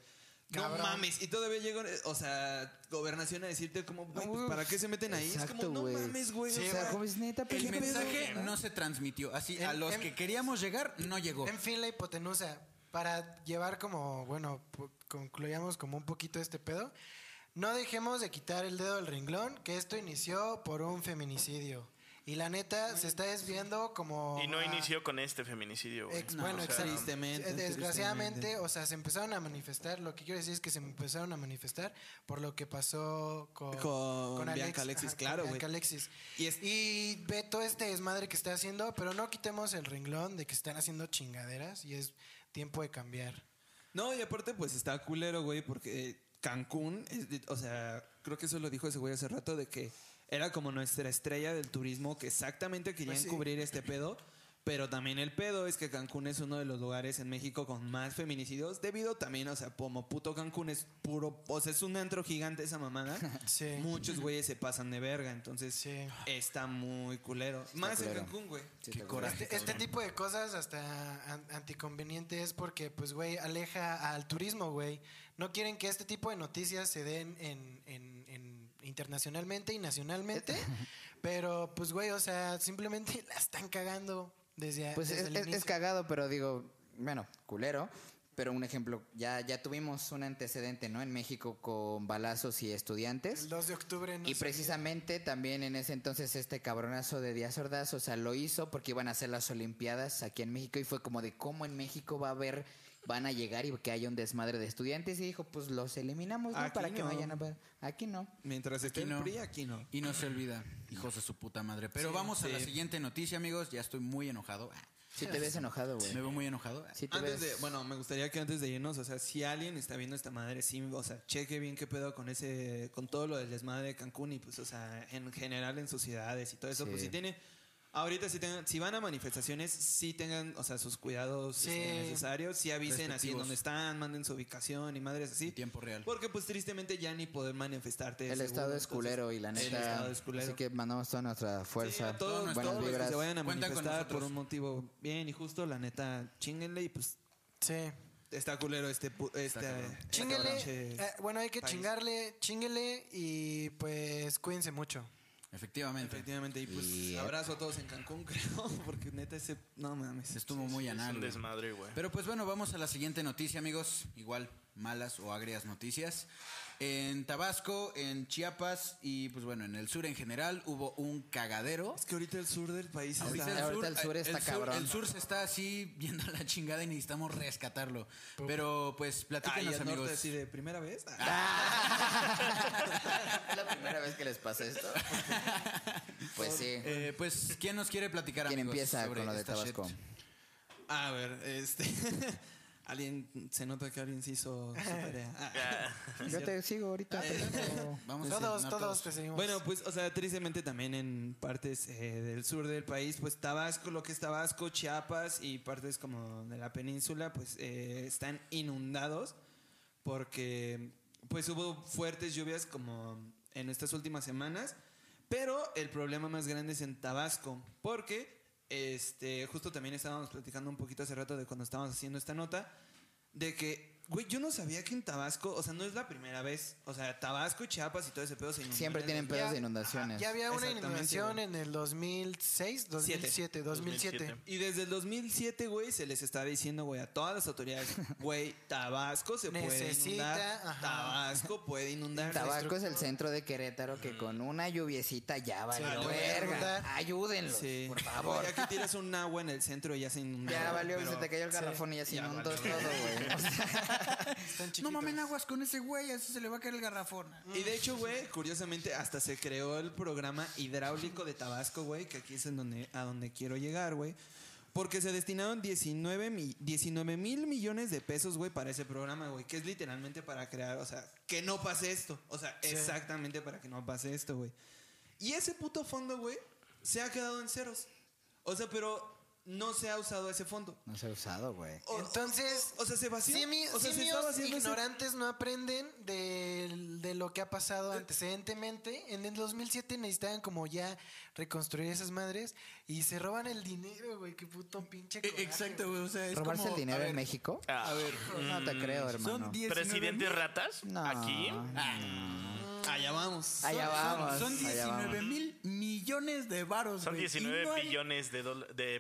Speaker 1: No
Speaker 5: Cabrón.
Speaker 1: mames, y todavía llega, eh, o sea, gobernación a decirte como, güey, pues, ¿para qué se meten ahí? es
Speaker 4: Exacto,
Speaker 1: como, no
Speaker 4: güey.
Speaker 1: mames, güey.
Speaker 4: o sea, jóvenes, neta, pero
Speaker 2: el
Speaker 4: qué pedo.
Speaker 2: mensaje no se transmitió, así a
Speaker 5: En-
Speaker 2: los
Speaker 5: en-
Speaker 2: que queríamos llegar no llegó.
Speaker 5: En fin, la hipotenusa, para llevar como, bueno, po- concluyamos como un poquito este pedo, no dejemos de quitar el dedo del renglón, que esto inició por un feminicidio. Y la neta se está desviando como...
Speaker 3: Y no
Speaker 5: a-
Speaker 3: inició con este feminicidio, güey.
Speaker 5: ex-
Speaker 2: ah. No,
Speaker 5: bueno,
Speaker 2: o sea,
Speaker 5: exacto.
Speaker 1: tristemente,
Speaker 5: Eh, Desgraciadamente,
Speaker 1: tristemente.
Speaker 5: o sea, se empezaron a manifestar. Lo que quiero decir es que se empezaron a manifestar por lo que pasó con,
Speaker 1: Con Bianca Alexis,
Speaker 5: ajá,
Speaker 1: claro,
Speaker 5: con
Speaker 1: güey.
Speaker 5: Bianca Alexis.
Speaker 1: Y es-
Speaker 5: Y ve todo este desmadre que está haciendo, pero no quitemos el renglón de que están haciendo chingaderas y es tiempo de cambiar.
Speaker 1: No, y aparte, pues está culero, güey, porque Cancún, es de- o sea, creo que eso lo dijo ese güey hace rato, de que era como nuestra estrella del turismo, que exactamente querían
Speaker 5: Pues sí.
Speaker 1: cubrir este pedo. Pero también el pedo es que Cancún es uno de los lugares en México con más feminicidios, debido también, o sea, como puto Cancún es puro, o sea, es un antro gigante esa mamada.
Speaker 5: Sí.
Speaker 1: Muchos güeyes se pasan de verga, entonces
Speaker 5: Sí.
Speaker 1: está muy culero. Más
Speaker 4: culero.
Speaker 1: en Cancún, güey.
Speaker 2: Qué
Speaker 4: Sí, está culero.
Speaker 2: coraje.
Speaker 5: Este, este tipo de cosas hasta an- anticonveniente es porque, pues, güey, aleja al turismo, güey. No quieren que este tipo de noticias se den en, en- en- internacionalmente y nacionalmente, pero, pues, güey, o sea, simplemente la están cagando desde, a-
Speaker 4: Pues
Speaker 5: desde
Speaker 4: es,
Speaker 5: el
Speaker 4: es- es
Speaker 5: inicio.
Speaker 4: cagado, pero digo, bueno, culero. Pero un ejemplo, ya, ya tuvimos un antecedente, ¿no? En México con balazos y estudiantes.
Speaker 5: El 2 de octubre, no
Speaker 4: Y
Speaker 5: sé.
Speaker 4: precisamente también en ese entonces este cabronazo de Díaz Ordaz, o sea, lo hizo porque iban a hacer las Olimpiadas aquí en México y fue como de cómo en México va a haber, van a llegar y que haya un desmadre de estudiantes y dijo, pues los eliminamos, ¿no?
Speaker 1: Aquí
Speaker 4: Para que no
Speaker 1: no.
Speaker 4: vayan a ver. Aquí no.
Speaker 1: Mientras esté
Speaker 2: Aquí
Speaker 1: el
Speaker 2: no.
Speaker 1: PRI, aquí no.
Speaker 2: Y no se olvida, hijos de su puta madre. Pero vamos a la
Speaker 1: sí.
Speaker 2: siguiente noticia, amigos. Ya estoy muy enojado. Ah.
Speaker 4: Si te ves enojado,
Speaker 2: Me
Speaker 4: güey.
Speaker 2: veo muy enojado.
Speaker 4: Si te
Speaker 1: Antes
Speaker 4: ves...
Speaker 1: de, bueno, me gustaría que antes de irnos, o sea, si alguien está viendo esta madre, sí, o sea, cheque bien qué pedo con ese, con todo lo del desmadre de Cancún y pues, o sea, en general en sus ciudades y todo eso,
Speaker 4: Sí.
Speaker 1: pues si tiene, ahorita si tengan, si van a manifestaciones, sí tengan, o sea, sus cuidados
Speaker 5: Sí.
Speaker 1: este, necesarios, sí avisen así en
Speaker 2: Respectivos.
Speaker 1: dónde están, manden su ubicación y madres así.
Speaker 2: En tiempo real.
Speaker 1: Porque pues tristemente ya ni poder manifestarte.
Speaker 4: El
Speaker 1: seguro,
Speaker 4: estado es
Speaker 1: entonces,
Speaker 4: culero y la
Speaker 1: el
Speaker 4: neta.
Speaker 1: estado es culero.
Speaker 4: Así que pues, mandamos toda nuestra
Speaker 1: Sí,
Speaker 4: fuerza.
Speaker 1: a todos,
Speaker 4: buenas
Speaker 1: todos los que
Speaker 4: vibras.
Speaker 1: se vayan a
Speaker 2: Cuentan con
Speaker 1: manifestar por
Speaker 2: nosotros.
Speaker 1: un motivo bien y justo, la neta, chinguenle y pues
Speaker 5: Sí.
Speaker 1: Está culero este. pu- este esta
Speaker 5: Chingale.
Speaker 1: pinche-
Speaker 5: eh, bueno, hay que
Speaker 1: país.
Speaker 5: chingarle, chingale y pues cuídense mucho.
Speaker 2: Efectivamente.
Speaker 1: Efectivamente, y pues
Speaker 4: Y- eh,
Speaker 1: abrazo a todos en Cancún, creo, porque neta ese. No mames.
Speaker 2: Estuvo muy
Speaker 3: Es
Speaker 2: anal.
Speaker 3: un
Speaker 2: güey.
Speaker 3: desmadre, güey.
Speaker 2: Pero pues bueno, vamos a la siguiente noticia, amigos. Igual, malas o agrias noticias. En Tabasco, en Chiapas y pues bueno, en el sur en general hubo un cagadero.
Speaker 1: Es que ahorita el sur del país
Speaker 2: Ahorita
Speaker 1: está.
Speaker 4: ahorita el sur
Speaker 2: eh,
Speaker 4: está cabrón.
Speaker 2: El sur se está así viendo la chingada y necesitamos rescatarlo. Pero pues
Speaker 1: Ah, y
Speaker 2: platíquenos,
Speaker 1: el norte,
Speaker 2: amigos.
Speaker 1: así de primera vez. Ah.
Speaker 4: Es la primera vez que les pasa esto. pues sí.
Speaker 2: Eh, pues, ¿quién nos quiere platicar,
Speaker 4: ¿Quién
Speaker 2: amigos,
Speaker 4: empieza
Speaker 2: sobre
Speaker 4: con lo de
Speaker 2: esta
Speaker 4: Tabasco?
Speaker 2: shit?
Speaker 1: A ver, este. alguien. Se nota que alguien se hizo su tarea. Ah.
Speaker 4: Yo te sigo ahorita.
Speaker 2: Eh,
Speaker 4: pero-
Speaker 2: Vamos a
Speaker 5: Todos,
Speaker 2: cenar
Speaker 5: todos te seguimos.
Speaker 1: Bueno, pues, o sea, tristemente también en partes eh, del sur del país, pues Tabasco, lo que es Tabasco, Chiapas y partes como de la península, pues eh, están inundados porque pues hubo fuertes lluvias como en estas últimas semanas, pero el problema más grande es en Tabasco, porque este justo también estábamos platicando un poquito hace rato de cuando estábamos haciendo esta nota de que güey, yo no sabía que en Tabasco, o sea, no es la primera vez, o sea, Tabasco y Chiapas y todo ese pedo se inundan
Speaker 4: Siempre
Speaker 1: en
Speaker 4: tienen
Speaker 1: los-
Speaker 4: pedos
Speaker 5: Ya-
Speaker 4: de inundaciones.
Speaker 5: Ya había una
Speaker 1: Exactamente,
Speaker 5: inundación
Speaker 1: güey.
Speaker 5: en el 2006, 2007, 2007.
Speaker 3: 2007.
Speaker 1: Y desde el 2007, güey, se les está diciendo, güey, a todas las autoridades, güey, Tabasco se puede
Speaker 5: Necesita,
Speaker 1: inundar.
Speaker 5: ajá.
Speaker 1: Tabasco puede inundar.
Speaker 4: Tabasco es el centro de Querétaro que con una lluviecita ya valió
Speaker 1: valió
Speaker 5: verga.
Speaker 4: verga. Ayúdenlos,
Speaker 1: Sí.
Speaker 4: por favor.
Speaker 1: Ya que tiras un agua en el centro y ya se inunda.
Speaker 4: Ya valió,
Speaker 1: pero-
Speaker 4: se te cayó el
Speaker 1: Sí.
Speaker 4: garrafón y ya se
Speaker 1: Ya
Speaker 4: inundó
Speaker 1: valió.
Speaker 4: todo, güey. O sea,
Speaker 5: Están
Speaker 2: No
Speaker 5: chiquitos.
Speaker 2: mamen aguas con ese güey, así se le va a caer el garrafón.
Speaker 1: Y de hecho, güey, curiosamente, hasta se creó el programa hidráulico de Tabasco, güey, que aquí es en donde, a donde quiero llegar, güey. Porque se destinaron 19 mil millones de pesos, güey, para ese programa, güey. Que es literalmente para crear, o sea, que no pase esto. O sea, exactamente para que no pase esto, güey. Y ese puto fondo, güey, se ha quedado en ceros. O sea, pero no se ha usado ese fondo.
Speaker 4: no se ha usado, güey.
Speaker 1: O-
Speaker 5: Entonces,
Speaker 1: o, sea, se vació.
Speaker 5: Simi-
Speaker 1: o sea, se
Speaker 5: simios
Speaker 1: estaba haciendo ese-
Speaker 5: ignorantes no aprenden del- de, lo que ha pasado antecedentemente. En el 2007 necesitaban como ya reconstruir esas madres y se roban el dinero, güey. Qué puto
Speaker 1: E
Speaker 5: pinche coraje,
Speaker 2: Eh, Exacto,
Speaker 5: güey.
Speaker 2: güey. O sea, es
Speaker 4: ¿Robarse
Speaker 2: como,
Speaker 4: el dinero
Speaker 2: a ver,
Speaker 4: en México?
Speaker 3: Ah,
Speaker 4: No te creo, hermano.
Speaker 2: Son 19
Speaker 3: ¿Presidentes
Speaker 2: mil-
Speaker 3: ratas?
Speaker 4: No.
Speaker 3: Aquí.
Speaker 1: Allá vamos.
Speaker 4: Allá
Speaker 2: Ah, son-
Speaker 4: vamos.
Speaker 2: Son,
Speaker 4: allá vamos.
Speaker 2: 19 mil millones de varos.
Speaker 3: Son
Speaker 2: güey, y
Speaker 3: 19
Speaker 2: no hay-
Speaker 3: billones de dólares.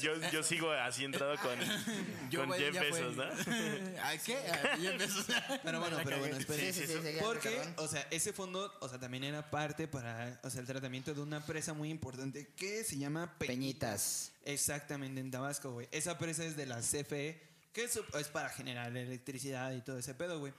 Speaker 3: yo, yo sigo así entrado con,
Speaker 2: Yo,
Speaker 3: con
Speaker 2: güey,
Speaker 3: 10
Speaker 2: ya fue.
Speaker 3: pesos, ¿no?
Speaker 2: ¿A qué? A 10 pesos.
Speaker 1: Pero bueno, pero bueno, esperen.
Speaker 4: Sí, sí, sí, sí,
Speaker 1: Porque,
Speaker 4: cabrón.
Speaker 1: o sea, ese fondo, o sea, también era parte para, o sea, el tratamiento de una presa muy importante que se llama
Speaker 4: Peñitas.
Speaker 1: Exactamente, en Tabasco, güey. Esa presa es de la CFE, que es, es para generar electricidad y todo ese pedo, güey.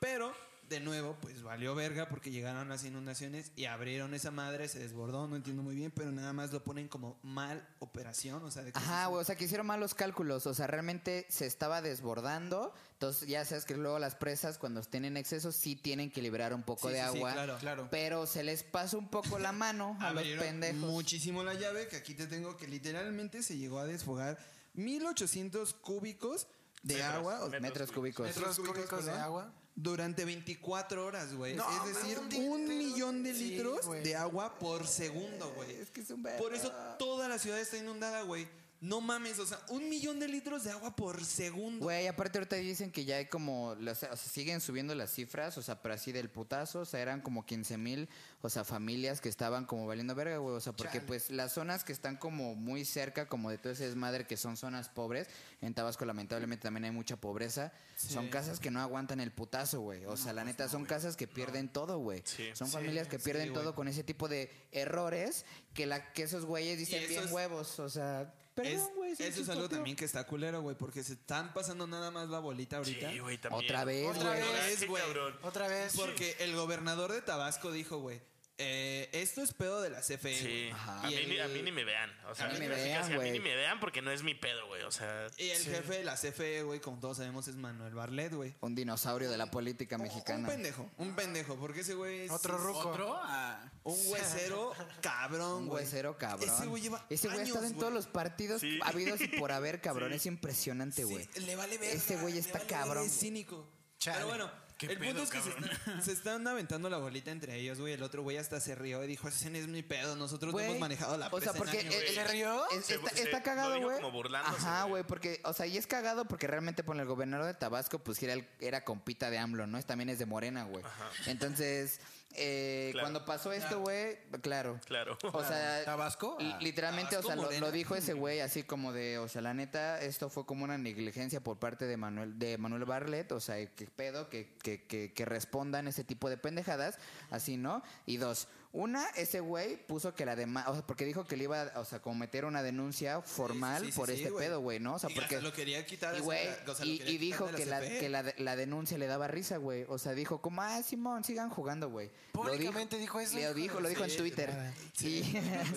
Speaker 1: Pero, de nuevo, pues valió verga porque llegaron las inundaciones y abrieron esa madre, se desbordó, no entiendo muy bien, pero nada más lo ponen como mal operación, o sea, de que
Speaker 4: Ajá,
Speaker 1: se-
Speaker 4: güey, o sea, que hicieron mal los cálculos, o sea, realmente se estaba desbordando, entonces ya sabes que luego las presas cuando estén en exceso sí tienen que liberar un poco
Speaker 1: Sí,
Speaker 4: de
Speaker 1: sí, sí,
Speaker 4: agua,
Speaker 1: claro.
Speaker 2: Claro.
Speaker 4: pero se les pasa un poco la mano a los
Speaker 1: abrieron
Speaker 4: pendejos.
Speaker 1: muchísimo la llave, que aquí te tengo que literalmente se llegó a desfogar 1800 cúbicos de
Speaker 3: Metros.
Speaker 1: agua o-
Speaker 3: Metros
Speaker 4: metros cúbicos.
Speaker 1: Metros
Speaker 5: Metros cúbicos
Speaker 1: cúbicos,
Speaker 5: de
Speaker 1: perdón.
Speaker 5: agua.
Speaker 1: durante 24 horas, güey.
Speaker 5: No,
Speaker 1: es decir,
Speaker 5: mames,
Speaker 1: un,
Speaker 5: un
Speaker 1: millón de
Speaker 5: sí,
Speaker 1: litros
Speaker 5: güey.
Speaker 1: de agua por segundo, güey.
Speaker 4: Es que es un verga.
Speaker 1: Por eso toda la ciudad está inundada, güey. No mames, o sea, un millón de litros de agua por segundo.
Speaker 4: Güey, aparte ahorita dicen que ya hay como, las- o sea, siguen subiendo las cifras, o sea, pero así del putazo, o sea, eran como 15 mil, o sea, familias que estaban como valiendo verga, güey, o sea, porque pues las zonas que están como muy cerca, como de todo ese desmadre, que son zonas pobres, en Tabasco lamentablemente también hay mucha pobreza, son casas que no aguantan el putazo, güey, o sea, la neta, son casas que pierden todo, güey,
Speaker 3: Sí.
Speaker 4: son familias que pierden todo con ese tipo de errores que, la, que esos güeyes dicen
Speaker 1: eso
Speaker 4: bien
Speaker 1: es-
Speaker 4: huevos, o sea,
Speaker 1: Es-
Speaker 4: perdón, güey. sí,
Speaker 1: eso
Speaker 4: sí,
Speaker 1: es algo
Speaker 4: copió.
Speaker 1: también que está culero, güey, porque se están pasando nada más la bolita ahorita.
Speaker 3: Sí, güey, también.
Speaker 4: Otra vez,
Speaker 5: Otra
Speaker 4: güey.
Speaker 5: vez.
Speaker 3: Sí,
Speaker 1: güey.
Speaker 3: cabrón.
Speaker 5: Otra vez.
Speaker 1: Porque el gobernador de Tabasco dijo, güey, eh, esto es pedo de la CFE.
Speaker 3: Sí,
Speaker 1: güey.
Speaker 3: a,
Speaker 1: Y
Speaker 3: mí, ni- a
Speaker 1: el-
Speaker 3: mí ni me vean. O sea,
Speaker 4: mí me
Speaker 3: casi,
Speaker 4: vean,
Speaker 3: casi a mí
Speaker 4: güey.
Speaker 3: ni me vean porque no es mi pedo, güey. O sea,
Speaker 1: Y el
Speaker 3: sí.
Speaker 1: jefe de la CFE, güey, como todos sabemos, es Manuel Barlet, güey.
Speaker 4: Un dinosaurio de la política mexicana.
Speaker 1: Un pendejo, un pendejo, porque ese güey es
Speaker 5: Otro ruco.
Speaker 2: ¿Otro? Ah,
Speaker 1: un huesero cabrón,
Speaker 4: Un
Speaker 1: güey.
Speaker 4: huesero cabrón.
Speaker 1: Ese güey lleva
Speaker 4: Ese güey ha estado
Speaker 1: años,
Speaker 4: en
Speaker 1: güey.
Speaker 4: todos los partidos
Speaker 3: Sí.
Speaker 4: habidos y por haber, cabrón.
Speaker 3: Sí.
Speaker 4: Es impresionante, güey.
Speaker 1: Sí, le vale verga.
Speaker 4: Este güey
Speaker 1: le
Speaker 4: está
Speaker 1: vale
Speaker 4: cabrón,
Speaker 1: verga,
Speaker 4: güey.
Speaker 1: Es cínico.
Speaker 5: Chale.
Speaker 1: Pero bueno,
Speaker 2: Qué
Speaker 1: el punto
Speaker 2: pedo,
Speaker 1: es que se,
Speaker 2: cabrón.
Speaker 1: están- se están aventando la bolita entre ellos, güey. El otro güey hasta se rió y dijo, ese no es mi pedo. Nosotros
Speaker 4: Güey,
Speaker 1: no hemos manejado la
Speaker 4: O sea,
Speaker 1: presa en
Speaker 4: porque
Speaker 1: años,
Speaker 4: eh,
Speaker 1: güey".
Speaker 4: eh,
Speaker 5: ¿Se rió?
Speaker 4: es-
Speaker 3: Se-
Speaker 4: está,
Speaker 3: se-
Speaker 4: está
Speaker 3: lo
Speaker 4: cagado,
Speaker 3: dijo
Speaker 4: güey.
Speaker 3: como burlándose,
Speaker 4: Ajá,
Speaker 3: güey.
Speaker 4: güey, porque, o sea, y es cagado porque realmente pone el gobernador de Tabasco, pues era, el- era compita de AMLO, ¿no? Es- También es de Morena, güey. Entonces, eh,
Speaker 3: Claro.
Speaker 4: cuando pasó esto, güey, claro.
Speaker 3: Claro.
Speaker 4: O sea,
Speaker 2: ¿Tabasco?
Speaker 4: li-
Speaker 2: Ah.
Speaker 4: literalmente,
Speaker 1: Tabasco,
Speaker 4: o sea, lo-
Speaker 1: Morena.
Speaker 4: lo, dijo ese güey así como de, o sea, la neta, esto fue como una negligencia por parte de Manuel, de Manuel Barlet, o sea, qué pedo que, que, que, que respondan ese tipo de pendejadas, así, ¿no? Y dos, una, ese güey puso que la demanda, o sea, porque dijo que le iba, o sea, cometer una denuncia formal
Speaker 1: Sí, sí, sí,
Speaker 4: por
Speaker 1: sí,
Speaker 4: este pedo, güey, ¿no? O sea,
Speaker 1: Y
Speaker 4: porque...
Speaker 1: hasta lo quería quitar.
Speaker 4: Y,
Speaker 1: así,
Speaker 4: güey,
Speaker 1: o sea, lo
Speaker 4: y,
Speaker 1: quería
Speaker 4: y dijo
Speaker 1: quitar de
Speaker 4: que, la,
Speaker 1: CFE.
Speaker 4: que la, la denuncia le daba risa, güey. O sea, dijo como, ah, Simón, sigan jugando, güey. Lo dijo-
Speaker 5: Públicamente dijo eso, hijo
Speaker 4: Lo
Speaker 5: de
Speaker 4: dijo, lo dijo en
Speaker 1: Pues, sí, Ah,
Speaker 4: Twitter.
Speaker 5: madre.
Speaker 4: Y-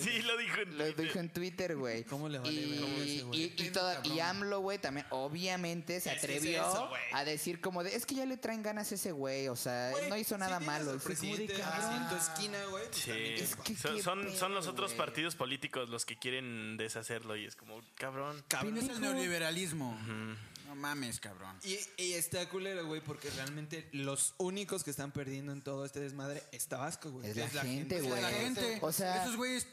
Speaker 3: Sí, lo dijo en
Speaker 4: lo
Speaker 3: Twitter.
Speaker 4: dijo en Twitter, güey.
Speaker 1: ¿Cómo le vale
Speaker 4: y,
Speaker 1: verga ese
Speaker 4: y-
Speaker 1: güey?
Speaker 4: y
Speaker 1: Entiendo,
Speaker 4: toda-
Speaker 1: cabrón.
Speaker 4: y AMLO, güey, también obviamente se
Speaker 1: Es que es
Speaker 4: atrevió
Speaker 1: eso, güey.
Speaker 4: a decir como de, es que ya le traen ganas a ese güey, o sea, él
Speaker 1: Güey,
Speaker 4: no hizo
Speaker 1: sí
Speaker 4: nada
Speaker 1: tienes
Speaker 4: malo.
Speaker 1: al
Speaker 4: Y fue como de, "Ah,
Speaker 1: presidente Ah,
Speaker 4: "Cabrón".
Speaker 1: así en tu esquina, güey. pues
Speaker 3: Sí.
Speaker 1: también
Speaker 4: Es que
Speaker 3: son,
Speaker 4: qué
Speaker 3: son, son los
Speaker 4: pedo,
Speaker 3: otros
Speaker 4: güey.
Speaker 3: partidos políticos los que quieren deshacerlo y es como, cabrón.
Speaker 1: Cabrón.
Speaker 2: es el neoliberalismo. No mames, cabrón.
Speaker 1: Y, y está culero, güey, porque realmente los únicos que están perdiendo en todo este desmadre es Tabasco, güey.
Speaker 4: Es la gente,
Speaker 1: es
Speaker 4: güey.
Speaker 2: La
Speaker 1: la
Speaker 2: gente,
Speaker 4: O sea-
Speaker 2: esos güeyes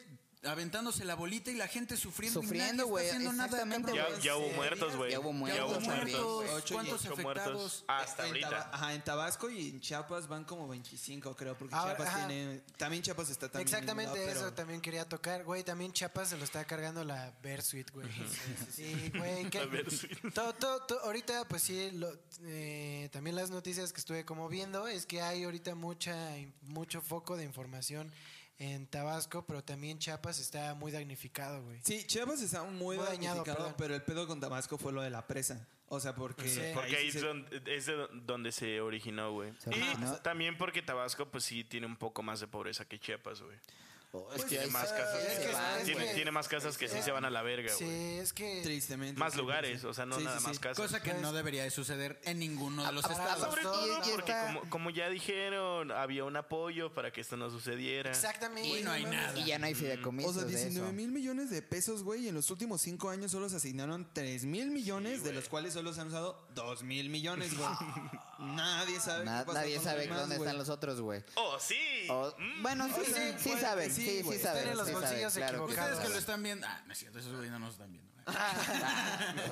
Speaker 2: aventándose la bolita y la gente sufriendo.
Speaker 4: Sufriendo,
Speaker 2: y nadie
Speaker 4: güey,
Speaker 2: está haciendo nada,
Speaker 4: exactamente,
Speaker 2: cabrón.
Speaker 3: Ya, ya hubo
Speaker 1: Sí,
Speaker 3: muertos, güey.
Speaker 4: ya hubo muertos también.
Speaker 1: Ocho y
Speaker 2: ¿Cuántos
Speaker 3: ocho
Speaker 2: afectados?
Speaker 3: muertos. Hasta
Speaker 1: En Taba-
Speaker 3: ahorita.
Speaker 1: Ajá, en Tabasco y en Chiapas van como 25, creo, porque
Speaker 5: Ahora,
Speaker 1: Chiapas
Speaker 5: ajá.
Speaker 1: tiene... También Chiapas está también...
Speaker 5: Exactamente
Speaker 1: inundado,
Speaker 5: eso
Speaker 1: pero-
Speaker 5: también quería tocar. Güey, también Chiapas se lo está cargando la Versuit, güey. Sí, güey. que-
Speaker 3: La Versuit.
Speaker 5: todo- todo- todo- ahorita, pues sí, lo- eh, también las noticias que estuve como viendo es que hay ahorita mucha, mucho foco de información en Tabasco, pero también Chiapas está muy damnificado, güey.
Speaker 1: Sí, Chiapas está muy
Speaker 5: Muy
Speaker 1: dañado,
Speaker 5: dañado, perdón.
Speaker 1: pero el pedo con Tabasco fue lo de la presa. O sea, porque...
Speaker 5: Sí.
Speaker 3: Porque ahí
Speaker 1: sí se-
Speaker 3: es donde, es de donde se originó, güey.
Speaker 4: Se
Speaker 3: Y
Speaker 4: originó.
Speaker 3: también porque Tabasco, pues sí, tiene un poco más de pobreza que Chiapas, güey.
Speaker 4: Oh, es
Speaker 3: Tiene
Speaker 4: ahí
Speaker 3: más
Speaker 4: se
Speaker 1: Pues,
Speaker 3: casas.
Speaker 5: es
Speaker 4: van,
Speaker 5: que- es
Speaker 4: güey.
Speaker 3: tiene,
Speaker 5: que-
Speaker 3: tiene más casas que sí se van a la verga,
Speaker 5: Sí,
Speaker 3: güey.
Speaker 5: es que...
Speaker 1: Tristemente.
Speaker 3: Más
Speaker 1: sí,
Speaker 3: lugares,
Speaker 1: parece.
Speaker 3: o sea, no
Speaker 1: Sí, sí,
Speaker 3: nada
Speaker 1: sí.
Speaker 3: más casas.
Speaker 2: Cosa que no debería de suceder en ninguno de los
Speaker 4: Ah,
Speaker 2: estados.
Speaker 3: Sobre todo
Speaker 4: Y- y
Speaker 3: porque,
Speaker 4: está-
Speaker 3: como, como ya dijeron, había un apoyo para que esto no sucediera.
Speaker 5: Exactamente.
Speaker 2: Y no hay nada.
Speaker 4: Y ya no hay
Speaker 1: O
Speaker 4: fideicomisos
Speaker 1: sea,
Speaker 4: de eso.
Speaker 1: 19 mil millones de pesos, güey, y en los últimos 5 años solo se asignaron 3 mil millones, de los cuales solo se han usado 2 mil millones, güey. nadie sabe
Speaker 4: Na-
Speaker 1: qué pasó
Speaker 4: nadie
Speaker 1: con
Speaker 4: sabe
Speaker 1: los demás,
Speaker 4: dónde
Speaker 1: güey.
Speaker 4: están los otros, güey.
Speaker 3: ¡Oh, sí!
Speaker 4: O-
Speaker 3: Mm.
Speaker 4: bueno, sí, sí,
Speaker 1: sí,
Speaker 4: sí
Speaker 1: puede
Speaker 4: saben,
Speaker 1: que sí,
Speaker 4: sí,
Speaker 1: güey.
Speaker 4: sí
Speaker 1: Están
Speaker 4: saben.
Speaker 5: en los
Speaker 4: sí saben,
Speaker 5: bolsillos
Speaker 2: Ustedes
Speaker 4: claro que
Speaker 5: equivocados.
Speaker 2: que
Speaker 4: saben.
Speaker 2: lo están viendo. Ah, no es cierto, esos güeyes no nos están viendo. güey.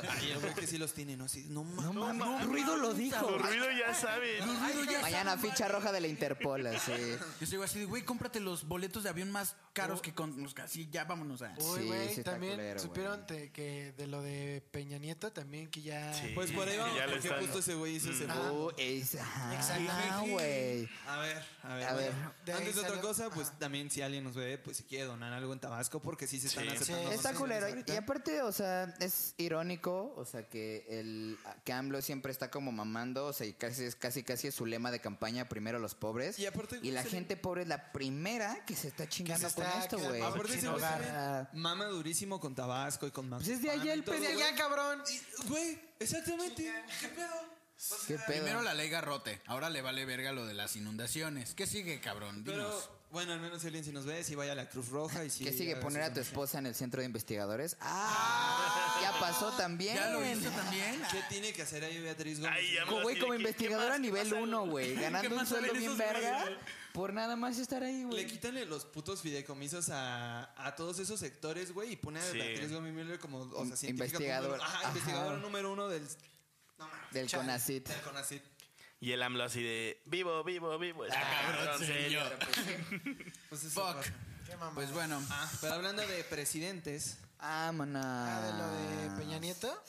Speaker 1: Ay, el güey que sí los tiene, no, sí, no mames.
Speaker 4: No mames, un ruido lo dijo.
Speaker 3: Tu ruido ya sabe.
Speaker 2: Pues
Speaker 4: Mañana ficha roja de la Interpol, así.
Speaker 2: Yo soy así de, güey, cómprate los boletos de avión más caros que con. Así, ya vámonos ah. a.
Speaker 5: Uy,
Speaker 4: Sí,
Speaker 5: güey,
Speaker 4: sí está
Speaker 5: también
Speaker 4: culero, güey.
Speaker 5: supieron te- que de lo de Peña Nieto también que ya...
Speaker 3: Sí.
Speaker 1: Pues por ahí
Speaker 3: Ya Mm.
Speaker 1: vamos,
Speaker 3: le
Speaker 1: porque
Speaker 3: están-
Speaker 1: justo ese güey hizo ese
Speaker 5: Ah.
Speaker 4: Uh, es- ajá,
Speaker 5: Exacto.
Speaker 4: güey.
Speaker 1: A ver, a ver.
Speaker 4: A ver.
Speaker 1: bueno,
Speaker 5: De ahí
Speaker 1: Antes de otra
Speaker 5: salió-
Speaker 1: cosa, pues
Speaker 5: Ajá.
Speaker 1: también si alguien nos ve, pues si quiere donar algo en Tabasco, porque pues sí se están
Speaker 3: Sí.
Speaker 1: aceptando.
Speaker 5: Sí.
Speaker 4: Está
Speaker 1: donaciones
Speaker 4: culero.
Speaker 1: ahorita.
Speaker 4: Y aparte, o sea, es irónico, o sea, que el que AMLO siempre está como mamando, o sea, y casi es casi casi es su lema de campaña, primero los pobres.
Speaker 1: Y aparte,
Speaker 4: y la
Speaker 1: se le-
Speaker 4: gente pobre es la primera que se está chingando
Speaker 5: se
Speaker 4: con
Speaker 5: está
Speaker 4: esto,
Speaker 5: quedando
Speaker 4: güey.
Speaker 5: sin
Speaker 1: Aparte ese
Speaker 4: O
Speaker 1: güey
Speaker 5: hogar.
Speaker 4: sea,
Speaker 1: mama durísimo con Tabasco y con más.
Speaker 4: Pues es de allá el
Speaker 5: Pues
Speaker 4: pedo,
Speaker 5: ya, cabrón.
Speaker 1: Güey, exactamente. ¿Qué pedo?
Speaker 4: qué
Speaker 2: Primero
Speaker 4: pedo.
Speaker 2: la ley garrote, ahora le vale verga lo de las inundaciones. ¿Qué sigue, cabrón?
Speaker 1: Pero
Speaker 2: Dinos.
Speaker 1: bueno, al menos si alguien si nos ve, si vaya a la Cruz Roja y si.
Speaker 4: ¿Qué sigue?
Speaker 1: haga
Speaker 4: ¿Poner
Speaker 1: sus
Speaker 4: a tu
Speaker 1: donaciones.
Speaker 4: esposa en el centro de investigadores? ¡Ah! Ya pasó también.
Speaker 2: ya lo hizo también.
Speaker 1: ¿Qué tiene que hacer ahí Beatriz Gómez?
Speaker 3: Ay, ya me
Speaker 4: Como, güey,
Speaker 3: así de
Speaker 4: como
Speaker 3: que, ¿qué
Speaker 4: investigadora
Speaker 3: más?
Speaker 4: nivel
Speaker 3: ¿Qué más?
Speaker 4: 1, güey. Ganando un
Speaker 2: más saben
Speaker 4: sueldo bien
Speaker 2: esos güeyes,
Speaker 4: verga
Speaker 2: güey?
Speaker 4: por nada más estar ahí,
Speaker 1: Le
Speaker 4: güey.
Speaker 1: quitan los putos fideicomisos a, a todos esos sectores, güey, y pone a
Speaker 3: Sí.
Speaker 1: Beatriz Gómez Müller como, o sea,
Speaker 4: In-
Speaker 1: científica
Speaker 4: investigador.
Speaker 1: número- ajá,
Speaker 4: Ajá.
Speaker 1: investigadora número uno del. No, mames,
Speaker 4: Del
Speaker 1: chale,
Speaker 4: CONACYT.
Speaker 1: Del CONACYT.
Speaker 3: Y el AMLO así de vivo, vivo, vivo.
Speaker 2: Ah,
Speaker 3: Está cabrón, señor.
Speaker 1: Pues eso
Speaker 2: Fuck.
Speaker 1: pasa.
Speaker 2: Pues bueno,
Speaker 1: Ah, pero hablando de presidentes,
Speaker 4: Ah, maná.
Speaker 5: Ah, de lo de Peña Nieto.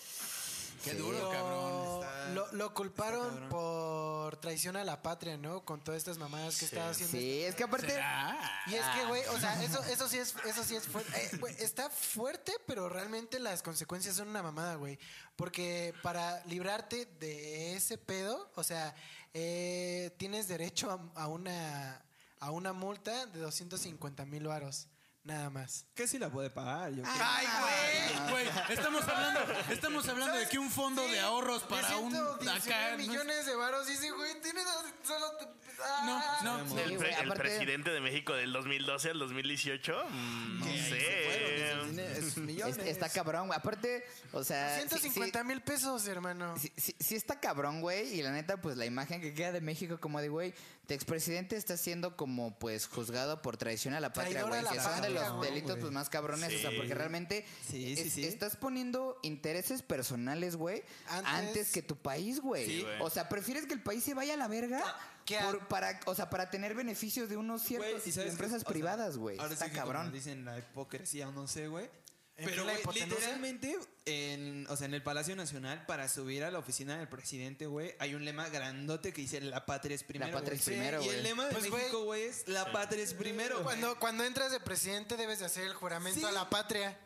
Speaker 2: qué duro, cabrón.
Speaker 1: Está-
Speaker 5: Lo, lo culparon
Speaker 1: cabrón.
Speaker 5: por traición a la patria, ¿no? Con todas estas mamadas que estaba haciendo.
Speaker 4: Sí, es que aparte.
Speaker 2: ¿Será?
Speaker 5: Y es que, güey, o sea, eso, eso sí es, eso sí es fuerte. Eh, güey, está fuerte, pero realmente las consecuencias son una mamada, güey. Porque para librarte de ese pedo, o sea, eh, tienes derecho a, a una a a una multa de 250 mil varos. Nada más.
Speaker 1: Que sí la puede pagar, yo creo.
Speaker 5: ¡Ay, güey!
Speaker 2: Güey, estamos hablando, estamos hablando de que un fondo de ahorros para un acá, ¿no?
Speaker 5: millones de varos. Dice, güey, tienes solo... te- Ah.
Speaker 2: No, no,
Speaker 4: Sí,
Speaker 3: el,
Speaker 4: güey,
Speaker 3: pre- el
Speaker 4: aparte-
Speaker 3: presidente de México del 2012 al 2018, mm, no sé.
Speaker 4: Eh, Es- está cabrón, güey. Aparte, o sea. Ah, sí- sí-
Speaker 5: 150 mil pesos, hermano.
Speaker 4: Sí, sí- sí está cabrón, güey. Y la neta, pues la imagen que queda de México como de, güey, tu expresidente está siendo como, pues, juzgado por traición a la patria,
Speaker 5: Traidor a
Speaker 4: güey.
Speaker 5: la
Speaker 4: Que son de
Speaker 5: patria,
Speaker 4: los
Speaker 5: güey.
Speaker 4: delitos pues, más cabrones. O sea, porque realmente
Speaker 1: Sí, sí,
Speaker 4: es-
Speaker 1: sí.
Speaker 4: estás poniendo intereses personales, güey,
Speaker 5: Antes-
Speaker 4: antes, que tu país, güey.
Speaker 3: Sí, güey.
Speaker 4: o sea, prefieres que el país se vaya a la verga
Speaker 5: que a-
Speaker 4: por- para, o sea, para tener beneficios de unos
Speaker 1: Ah, Güey,
Speaker 4: ciertos
Speaker 1: ¿y sabes qué?
Speaker 4: empresas
Speaker 1: O sea,
Speaker 4: privadas, güey.
Speaker 1: ahora
Speaker 4: Está
Speaker 1: sí que como
Speaker 4: cabrón.
Speaker 1: dicen la hipocresía o no sé, güey.
Speaker 5: ¿En
Speaker 1: Pero,
Speaker 5: qué la
Speaker 1: güey,
Speaker 5: hipotenusa?
Speaker 1: literalmente, en, o sea, en el Palacio Nacional, para subir a la oficina del presidente, güey, hay un lema grandote que dice la patria es primero.
Speaker 4: patria
Speaker 1: güey".
Speaker 4: es primero,
Speaker 1: Y el
Speaker 4: güey.
Speaker 1: lema de
Speaker 5: Pues, güey,
Speaker 1: México, güey, es la patria es primero.
Speaker 5: Cuando, cuando entras de presidente debes de hacer el juramento
Speaker 1: Sí.
Speaker 5: a la patria.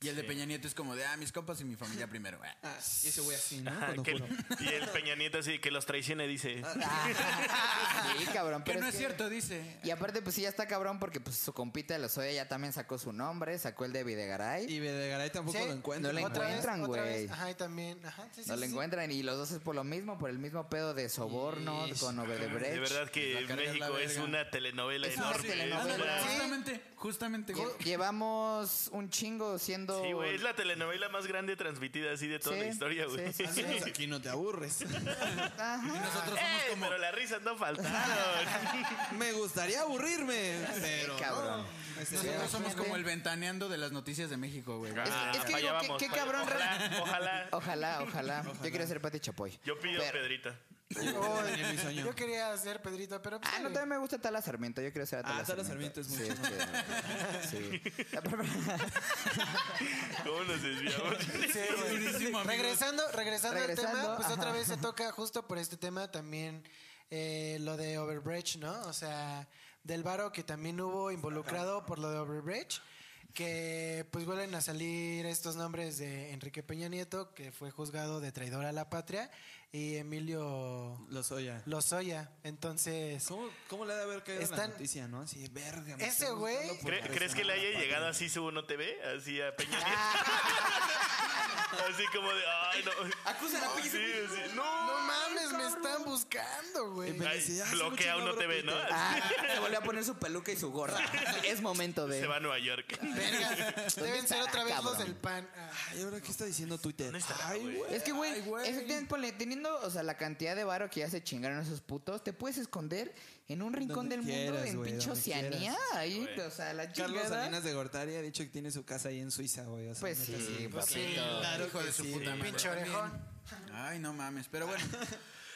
Speaker 2: Y el de Peña Nieto es como de, ah, mis compas y mi familia primero. Ah.
Speaker 1: Ah, y ese güey así, ¿no?
Speaker 3: Ah,
Speaker 1: Cuando
Speaker 3: que-
Speaker 1: juro.
Speaker 3: y el Peña Nieto así que los traicione dice.
Speaker 4: Ah, sí, cabrón.
Speaker 2: Que
Speaker 4: pero
Speaker 2: no es cierto, dice.
Speaker 4: Y aparte, pues sí, ya está cabrón porque pues su compita de los Oya ya también sacó su nombre, sacó el de Videgaray.
Speaker 1: Y Videgaray tampoco
Speaker 5: Sí,
Speaker 1: lo encuentra.
Speaker 4: no lo
Speaker 5: otra vez,
Speaker 4: encuentran,
Speaker 5: otra
Speaker 4: güey.
Speaker 5: vez. Ajá, y también. Ajá, sí, sí,
Speaker 4: no lo
Speaker 5: sí.
Speaker 4: encuentran y los dos es por lo mismo, por el mismo pedo de sobornos
Speaker 1: Ish.
Speaker 4: con Odebrecht.
Speaker 3: De verdad
Speaker 2: Va
Speaker 3: que
Speaker 2: a cargar la
Speaker 3: México es
Speaker 2: verga.
Speaker 3: una telenovela
Speaker 4: Es una
Speaker 3: enorme.
Speaker 4: telenovela.
Speaker 3: es una-
Speaker 2: Ándale, Justamente, justamente. güey.
Speaker 4: Lle- Llevamos un chingo siendo.
Speaker 3: Sí, güey, es la telenovela más grande transmitida así de toda
Speaker 4: Sí,
Speaker 3: la historia, güey.
Speaker 4: sí,
Speaker 1: Al menos aquí no te aburres.
Speaker 2: Y
Speaker 4: Ajá.
Speaker 2: nosotros somos
Speaker 3: ¡Ey!
Speaker 2: como...
Speaker 3: Eh, Pero las risas no faltaron.
Speaker 1: Me gustaría aburrirme, pero no.
Speaker 4: cabrón. Sí,
Speaker 1: Ese
Speaker 2: Nosotros
Speaker 1: güey-
Speaker 2: somos
Speaker 4: imagínate.
Speaker 2: como el ventaneando de las noticias de México, güey.
Speaker 3: Ah,
Speaker 4: es que
Speaker 3: para
Speaker 4: digo,
Speaker 3: allá
Speaker 4: qué-
Speaker 3: vamos,
Speaker 4: qué
Speaker 3: para allá.
Speaker 4: cabrón,
Speaker 3: Ojalá, ojalá.
Speaker 4: Ojalá, ojalá. Yo quiero ser Pati Chapoy.
Speaker 3: Yo pido
Speaker 4: Pero-
Speaker 3: Pedrita.
Speaker 5: Oh,
Speaker 1: Tenía mi sueño.
Speaker 5: Yo quería hacer Pedrito, pero. pues,
Speaker 4: Ah, no,
Speaker 5: sí.
Speaker 4: también me gusta Tala Sarmiento. Yo quiero ser a Tala
Speaker 1: Ah, Tala Sarmiento es mucho
Speaker 4: Sí, es que- sí.
Speaker 3: ¿Cómo nos desviamos?
Speaker 5: Sí, güey.
Speaker 2: Durísimo, amigos.
Speaker 5: regresando, regresando, al
Speaker 4: Regresando,
Speaker 5: tema, pues
Speaker 4: ajá.
Speaker 5: otra vez se toca justo por este tema también eh, lo de Overbridge, ¿no? O sea, del varo que también hubo involucrado por lo de Overbridge, que pues vuelven a salir estos nombres de Enrique Peña Nieto, que fue juzgado de traidor a la patria, y Emilio
Speaker 1: Lozoya.
Speaker 5: Lozoya. Entonces,
Speaker 1: ¿Cómo, ¿Cómo le ha de haber caído la
Speaker 5: Están-
Speaker 1: noticia, no? Así, verga. me
Speaker 5: Ese
Speaker 1: están
Speaker 5: güey-
Speaker 1: buscando por
Speaker 3: ¿Cre- ¿Crees que le
Speaker 1: traicionar a
Speaker 3: haya
Speaker 1: la
Speaker 3: llegado
Speaker 1: patria?
Speaker 3: así su uno TV? Así a Peña Nieto. así como de, ay, no. Acusa a Peña No.
Speaker 5: no mames, me están buscando, güey.
Speaker 1: Ay,
Speaker 3: Ay,
Speaker 1: sí, hace
Speaker 3: bloquea
Speaker 1: mucho
Speaker 3: uno
Speaker 1: no abro
Speaker 3: TV, ¿no?
Speaker 1: Twitter.
Speaker 3: Así
Speaker 4: Ah, se volvió a poner su peluca y su gorra. Es momento de.
Speaker 3: Se va a Nueva York.
Speaker 5: Verga, deben ser otra vez los
Speaker 4: cabrón?
Speaker 5: del pan. Ah.
Speaker 1: Ay, ahora qué está diciendo Twitter.
Speaker 3: ¿Dónde estará,
Speaker 1: Ay,
Speaker 3: güey?
Speaker 1: güey.
Speaker 4: Es que, güey,
Speaker 2: Ay, güey.
Speaker 4: efectivamente, ponle, teniendo, o sea, la cantidad de varo que ya se chingaron esos putos, te puedes esconder en un rincón
Speaker 1: Donde
Speaker 4: del mundo,
Speaker 1: quieras,
Speaker 4: en
Speaker 1: güey,
Speaker 4: pinche
Speaker 1: donde
Speaker 4: Oceanía,
Speaker 1: quieras.
Speaker 4: ahí, o sea, la
Speaker 1: Carlos
Speaker 4: chingada.
Speaker 1: Salinas de Gortari ha dicho que tiene su casa ahí en Suiza, güey. o sea,
Speaker 4: Pues
Speaker 1: neta,
Speaker 4: sí,
Speaker 5: Pues sí,
Speaker 4: papito.
Speaker 2: Claro, hijo de su puta madre.
Speaker 5: Pinche orejón.
Speaker 2: Ay, no mames. Pero bueno,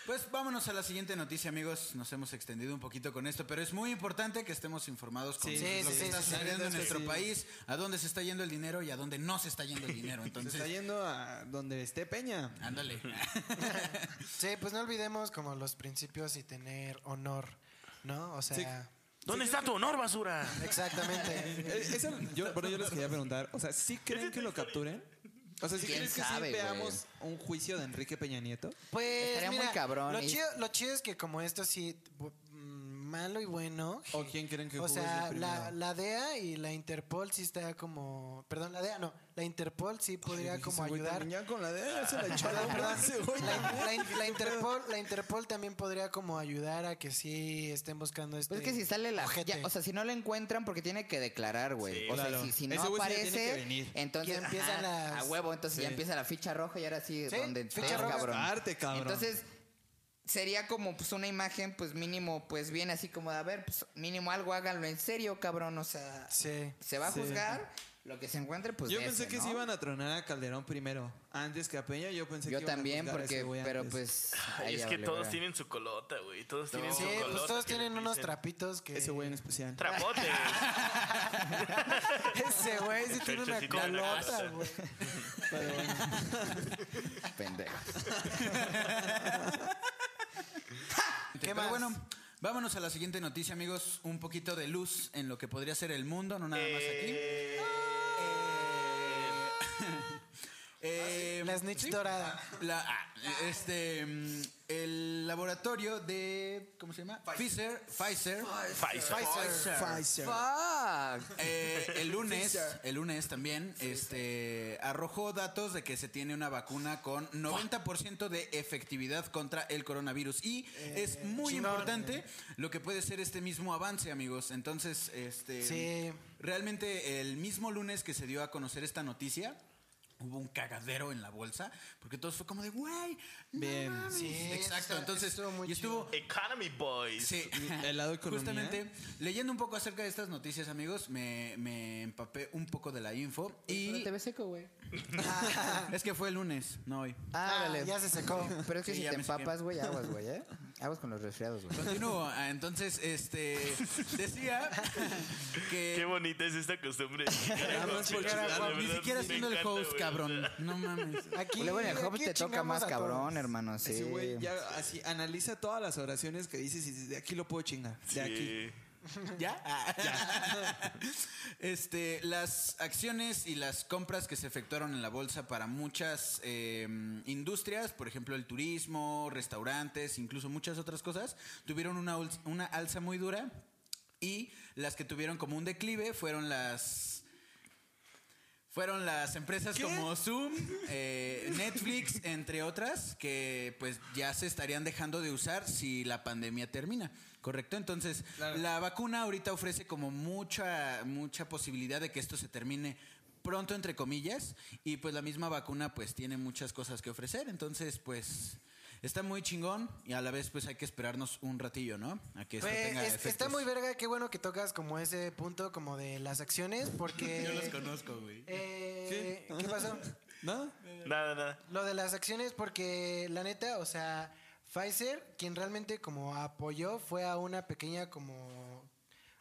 Speaker 2: pues vámonos a la siguiente noticia, amigos. Nos hemos extendido un poquito con esto, pero es muy importante que estemos informados con
Speaker 1: Sí,
Speaker 2: lo que
Speaker 5: sí, sí,
Speaker 2: está
Speaker 5: sí,
Speaker 2: sucediendo
Speaker 1: sí,
Speaker 2: en
Speaker 1: sí.
Speaker 2: nuestro
Speaker 1: Sí.
Speaker 2: país, a dónde se está yendo el dinero y a dónde no se está yendo el dinero.
Speaker 1: Se
Speaker 2: Entonces,
Speaker 1: está yendo a donde esté Peña.
Speaker 2: ándale.
Speaker 5: Sí, pues no olvidemos como los principios y tener honor, ¿no? O sea,
Speaker 3: ¿Dónde está tu honor, basura?
Speaker 5: exactamente.
Speaker 1: Eh, Eso, yo, pero yo les quería preguntar, o sea, ¿sí creen que lo capturen? O sea, ¿sí
Speaker 4: ¿Quién
Speaker 1: creen que
Speaker 4: sabe, güey?
Speaker 1: sí veamos un juicio de Enrique Peña Nieto?
Speaker 5: Pues
Speaker 4: Estaría muy cabrón
Speaker 5: Lo
Speaker 4: y-
Speaker 5: chido, lo chido es que como esto sí bu- mm, malo y bueno.
Speaker 1: ¿O quién creen que
Speaker 5: O
Speaker 1: juzgue
Speaker 5: sea,
Speaker 1: primero?
Speaker 5: la, la DEA y la Interpol sí está como, perdón, la DEA no, la Interpol sí podría
Speaker 1: Ay, güey,
Speaker 5: como
Speaker 1: ese güey
Speaker 5: ayudar.
Speaker 1: también ya con la de se la echó a la
Speaker 5: Perdón,
Speaker 1: frase, güey.
Speaker 5: La, la in- la Interpol, la Interpol también podría como ayudar a que sí estén buscando este.
Speaker 4: Pues es que si sale la.
Speaker 5: ojete.
Speaker 4: ya, o sea, si no la encuentran, porque tiene que declarar, güey.
Speaker 3: Sí,
Speaker 4: o sea,
Speaker 1: claro.
Speaker 4: si, si no
Speaker 1: Ese güey sí ya tiene que
Speaker 4: aparece,
Speaker 1: venir.
Speaker 4: entonces.
Speaker 5: Ya empiezan
Speaker 4: ajá,
Speaker 5: las-
Speaker 4: A huevo, entonces ya
Speaker 1: Sí.
Speaker 4: empieza la ficha roja y ahora sí,
Speaker 5: Sí,
Speaker 4: donde
Speaker 5: ficha
Speaker 4: estés,
Speaker 5: roja.
Speaker 4: cabrón.
Speaker 1: Arte, cabrón.
Speaker 4: Entonces, sería como pues una imagen, pues mínimo, pues bien así como de, a ver, pues mínimo algo, háganlo en serio, cabrón. O sea,
Speaker 5: Sí.
Speaker 4: se va a
Speaker 1: Sí.
Speaker 4: juzgar lo que se encuentre, pues.
Speaker 1: yo
Speaker 4: de
Speaker 1: pensé
Speaker 4: ese,
Speaker 1: que
Speaker 4: ¿no?
Speaker 1: se iban a tronar a Calderón primero, antes que a Peña. Yo pensé que
Speaker 4: Yo
Speaker 1: iban a
Speaker 4: también,
Speaker 1: juzgar a ese
Speaker 4: porque.
Speaker 1: güey
Speaker 4: Pero
Speaker 1: antes.
Speaker 4: pues.
Speaker 3: Ay,
Speaker 4: ahí
Speaker 3: es
Speaker 4: ya
Speaker 3: que
Speaker 4: valió,
Speaker 3: todos
Speaker 4: ¿verdad?
Speaker 3: tienen su colota, güey. Todos tienen
Speaker 5: Sí,
Speaker 3: su colota.
Speaker 5: pues todos
Speaker 3: que les
Speaker 5: tienen unos
Speaker 3: dicen.
Speaker 5: trapitos que.
Speaker 4: pues,
Speaker 1: Ese
Speaker 4: eh,
Speaker 1: güey en especial.
Speaker 3: Trapote.
Speaker 5: Ese güey sí tiene una
Speaker 3: Chochocito de la
Speaker 5: colota,
Speaker 3: casa.
Speaker 5: güey.
Speaker 4: Pendejo.
Speaker 2: Pero
Speaker 5: más?
Speaker 2: bueno, vámonos a la siguiente noticia, amigos. Un poquito de luz en lo que podría ser el
Speaker 5: Eh,
Speaker 2: mundo, no nada más aquí. Eh, eh, Este,
Speaker 5: La snitch
Speaker 2: sí.
Speaker 5: dorada.
Speaker 2: La- ah, este, mm, el laboratorio de, ¿cómo se llama? Pfizer. Pfizer.
Speaker 3: Pfizer.
Speaker 2: Pfizer.
Speaker 4: Fuck.
Speaker 2: Eh, el lunes, el lunes también, este, arrojó datos de que se tiene una vacuna con 90% de efectividad contra el coronavirus y
Speaker 5: Eh,
Speaker 2: es muy importante lo que puede ser este mismo avance, amigos. Entonces, este,
Speaker 5: Sí.
Speaker 2: realmente el mismo lunes que se dio a conocer esta noticia. Hubo un cagadero en la bolsa, porque todos fue como de, güey,
Speaker 1: Bien.
Speaker 2: bien,
Speaker 5: Sí,
Speaker 2: exacto.
Speaker 5: eso-
Speaker 2: Entonces,
Speaker 5: estuvo muy
Speaker 2: y estuvo
Speaker 3: Economy Boys.
Speaker 2: Sí,
Speaker 1: El lado ¿eh? economía.
Speaker 2: Justamente, leyendo un poco acerca de estas noticias, amigos, me, me empapé un poco de la info. Y ah,
Speaker 4: Te ves seco, güey.
Speaker 2: es que fue el lunes, no hoy.
Speaker 4: Ah,
Speaker 5: Ah,
Speaker 4: dale.
Speaker 5: ya se secó.
Speaker 4: Pero es que
Speaker 2: Sí,
Speaker 4: si
Speaker 2: ya
Speaker 4: te
Speaker 2: me sequé.
Speaker 4: empapas, güey, aguas, güey, ¿eh? Aguas con los resfriados, güey.
Speaker 2: Continúo. Ah, Entonces, este, decía
Speaker 3: Qué
Speaker 2: que...
Speaker 3: bonita es esta costumbre.
Speaker 1: más porque
Speaker 3: Chingada,
Speaker 1: era
Speaker 3: de
Speaker 1: guapo.
Speaker 2: Ni
Speaker 3: verdad,
Speaker 2: siquiera
Speaker 3: me
Speaker 2: siendo el
Speaker 3: encanta,
Speaker 2: host,
Speaker 3: güey.
Speaker 2: cabrón. No mames.
Speaker 5: Aquí,
Speaker 4: Luego en el hop
Speaker 5: aquí
Speaker 4: te toca
Speaker 5: chingamos
Speaker 4: más
Speaker 5: a todos.
Speaker 4: cabrón, eh, hermano. Sí.
Speaker 1: Ese güey ya así analiza todas las oraciones que dices y dices, de aquí lo puedo chingar. De
Speaker 3: Sí.
Speaker 1: aquí.
Speaker 2: ¿Ya? Ah. este, las acciones y las compras que se efectuaron en la bolsa para muchas eh, industrias, por ejemplo el turismo, restaurantes, incluso muchas otras cosas, tuvieron una, ul- una alza muy dura y las que tuvieron como un declive fueron las... Fueron las empresas como Zoom, eh, Netflix, entre otras, que pues ya se estarían dejando de usar si la pandemia termina, ¿correcto? Entonces,
Speaker 1: Claro.
Speaker 2: la vacuna ahorita ofrece como mucha, mucha posibilidad de que esto se termine pronto, entre comillas, y pues la misma vacuna pues tiene muchas cosas que ofrecer, entonces pues está muy chingón y a la vez pues hay que esperarnos un ratillo, ¿no? A que esto
Speaker 5: Güey,
Speaker 2: tenga
Speaker 5: Pues, es- está
Speaker 2: efectos.
Speaker 5: muy verga, qué bueno que tocas como ese punto como de las acciones, porque...
Speaker 2: Yo los conozco, güey.
Speaker 5: Eh, ¿Qué pasó?
Speaker 1: ¿No?
Speaker 3: Nada, nada.
Speaker 5: Lo de las acciones, porque la neta, o sea, Pfizer, quien realmente como apoyó fue a una pequeña como...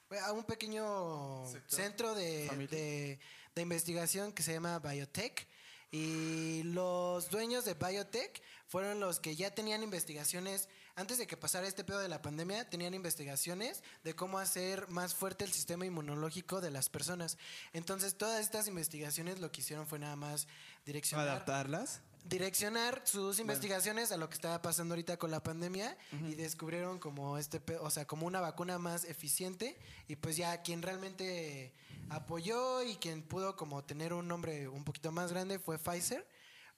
Speaker 5: fue A un pequeño centro de, de- de investigación que se llama Biotech. Y los dueños de Biotech fueron los que ya tenían investigaciones, antes de que pasara este pedo de la pandemia, tenían investigaciones de cómo hacer más fuerte el sistema inmunológico de las personas. Entonces, todas estas investigaciones lo que hicieron fue nada más direccionar
Speaker 1: Adaptarlas.
Speaker 5: direccionar sus investigaciones a lo que estaba pasando ahorita con la pandemia y descubrieron como este pe- o sea como una vacuna más eficiente y pues ya quien realmente apoyó y quien pudo como tener un nombre un poquito más grande fue Pfizer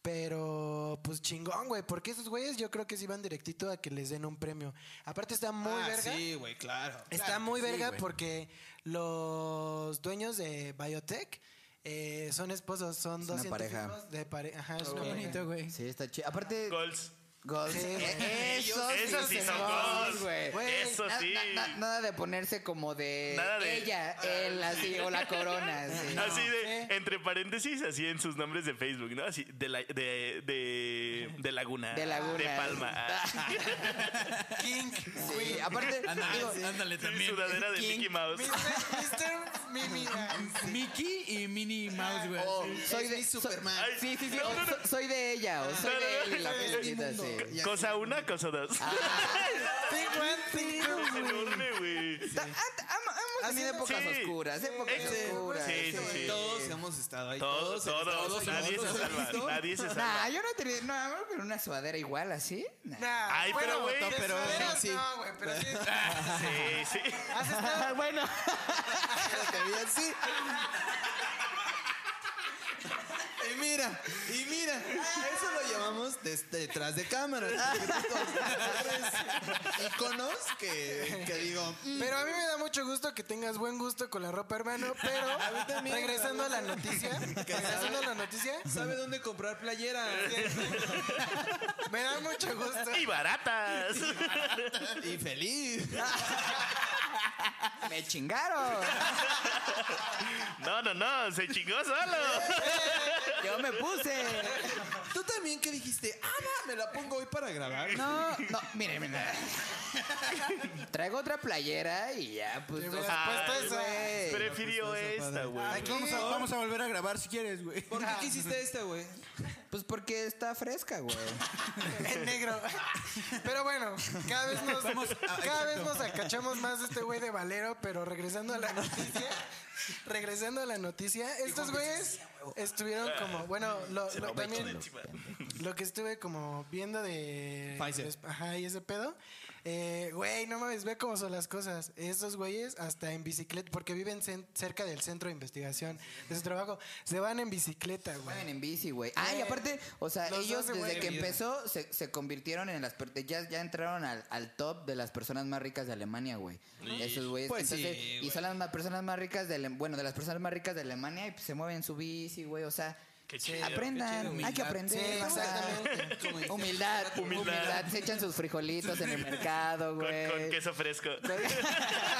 Speaker 5: pero pues chingón güey porque esos güeyes yo creo que sí van directito a que les den un premio aparte está muy
Speaker 1: ah,
Speaker 5: verga
Speaker 1: sí, güey, claro.
Speaker 5: Está
Speaker 2: Claro que
Speaker 5: muy
Speaker 2: sí,
Speaker 5: verga
Speaker 2: güey.
Speaker 5: porque los dueños de Biotech eh, son esposos, son
Speaker 4: Es
Speaker 5: dos
Speaker 4: una pareja.
Speaker 5: científicos de pareja. Ajá, es una
Speaker 2: Qué
Speaker 5: pareja.
Speaker 2: bonito, güey.
Speaker 4: Sí, está chido. Aparte,
Speaker 3: Goals.
Speaker 4: goals.
Speaker 5: Sí,
Speaker 4: Eh,
Speaker 3: ellos- esos sí son goals.
Speaker 4: güey.
Speaker 5: Güey,
Speaker 3: Eso
Speaker 4: Na-
Speaker 3: sí.
Speaker 4: na- na- nada de ponerse como de,
Speaker 3: Nada de- Ah,
Speaker 4: ella, él, así, o la corona. sí.
Speaker 3: Así de,
Speaker 5: ¿eh?
Speaker 3: entre paréntesis, así en sus nombres de Facebook, ¿no? Así, de, la, de, de, de Laguna.
Speaker 4: De Laguna.
Speaker 3: De Palma. Ah,
Speaker 5: King.
Speaker 4: Sí, aparte,
Speaker 2: Ándale,
Speaker 4: digo,
Speaker 2: ándale
Speaker 3: sí,
Speaker 2: también.
Speaker 3: sudadera de Mickey Mouse.
Speaker 5: Mr. Mimi.
Speaker 2: Mickey y Minnie Mouse, güey.
Speaker 4: oh, soy
Speaker 1: Es
Speaker 4: de
Speaker 1: mi
Speaker 4: so-
Speaker 1: Superman.
Speaker 3: Ay,
Speaker 4: sí, sí, sí,
Speaker 3: no,
Speaker 4: o
Speaker 3: no, no.
Speaker 4: so- soy de ella, o soy
Speaker 3: No, no,
Speaker 4: de él y la
Speaker 3: no, no,
Speaker 4: cosita,
Speaker 1: no,
Speaker 4: sí.
Speaker 1: no, ya.
Speaker 3: Cosa una, cosa dos.
Speaker 5: Big one, big two.
Speaker 3: Es enorme, güey.
Speaker 4: Ta- ah, ta- am- Hemos tenido
Speaker 5: Haciendo-
Speaker 4: épocas
Speaker 3: Sí.
Speaker 4: oscuras, épocas
Speaker 3: Sí.
Speaker 4: oscuras.
Speaker 3: Sí, sí, sí.
Speaker 1: Todos hemos estado ahí.
Speaker 3: Todos,
Speaker 1: hemos
Speaker 3: todos.
Speaker 1: estado ahí.
Speaker 3: nadie se
Speaker 1: ¿Todos hemos
Speaker 3: salva.
Speaker 1: visto?
Speaker 3: Nadie se
Speaker 4: Nah,
Speaker 3: salva.
Speaker 4: yo no tenía, no, amor, pero una sudadera igual así. Nah.
Speaker 3: Ay, pero, güey,
Speaker 5: de
Speaker 3: pero-
Speaker 5: sudaderas
Speaker 1: sí.
Speaker 5: No, güey, pero sí.
Speaker 3: Sí, sí.
Speaker 5: Has estado.
Speaker 4: bueno,
Speaker 1: Te vi así. Y mira, y mira, eso lo llamamos des- detrás de cámara. Iconos que, que digo, mm,
Speaker 5: Pero a mí me da mucho gusto que tengas buen gusto con la ropa, hermano. Pero
Speaker 1: también,
Speaker 5: regresando a la noticia, regresando a la noticia,
Speaker 1: sabe dónde comprar playera.
Speaker 5: me da mucho gusto.
Speaker 3: Y baratas.
Speaker 1: Y feliz.
Speaker 4: me chingaron.
Speaker 3: No, no, no. Se chingó solo.
Speaker 4: Yo me puse.
Speaker 1: Tú también que dijiste, ah, va, me la pongo hoy para grabar.
Speaker 4: No, no, mire, mire. Traigo otra playera y ya, pues.
Speaker 5: Te
Speaker 4: o
Speaker 5: hubieras
Speaker 4: sea,
Speaker 5: puesto esa.
Speaker 4: güey.
Speaker 3: Prefiero
Speaker 1: pues, está
Speaker 3: esta,
Speaker 1: padre.
Speaker 3: güey.
Speaker 5: Oh.
Speaker 2: Vamos a, vamos a volver a grabar si quieres, güey.
Speaker 1: ¿Por qué quisiste esta, güey?
Speaker 4: Pues porque está fresca, güey.
Speaker 5: En negro. Pero bueno, cada vez nos, cada vez nos acachamos más de este güey de Valero, pero regresando a la noticia, regresando a la noticia, estos güeyes estuvieron como, bueno, lo, lo- también lo que estuve como viendo de
Speaker 1: Pfizer.
Speaker 5: des- ajá, y ese pedo. eh, Güey, no mames, ve cómo son las cosas. Estos güeyes hasta en bicicleta, porque viven cen- cerca del centro de investigación de su trabajo, se van en bicicleta, güey.
Speaker 4: Mueven en bici, güey. Ah, y aparte, o sea,
Speaker 5: Los dos
Speaker 4: ellos
Speaker 5: se
Speaker 4: desde
Speaker 5: mueven
Speaker 4: que
Speaker 5: en
Speaker 4: empezó se, se convirtieron en las... per- Ya, ya entraron al, al top de las personas más ricas de Alemania, güey. Esos güeyes.
Speaker 1: Pues sí,
Speaker 4: entonces, y
Speaker 1: güey.
Speaker 4: son las ma- personas más ricas de... Ale- Bueno, de las personas más ricas de Alemania y pues, se mueven en su bici, güey. O sea...
Speaker 3: Qué chido.
Speaker 4: Aprendan,
Speaker 2: qué chido.
Speaker 4: hay que
Speaker 2: Humildad.
Speaker 4: aprender.
Speaker 5: Sí,
Speaker 4: ¿no?
Speaker 5: exactamente.
Speaker 2: Como dice-
Speaker 4: Humildad, humildad,
Speaker 3: Humildad.
Speaker 4: Se echan sus frijolitos en el mercado,
Speaker 3: Con,
Speaker 4: güey.
Speaker 3: con queso fresco.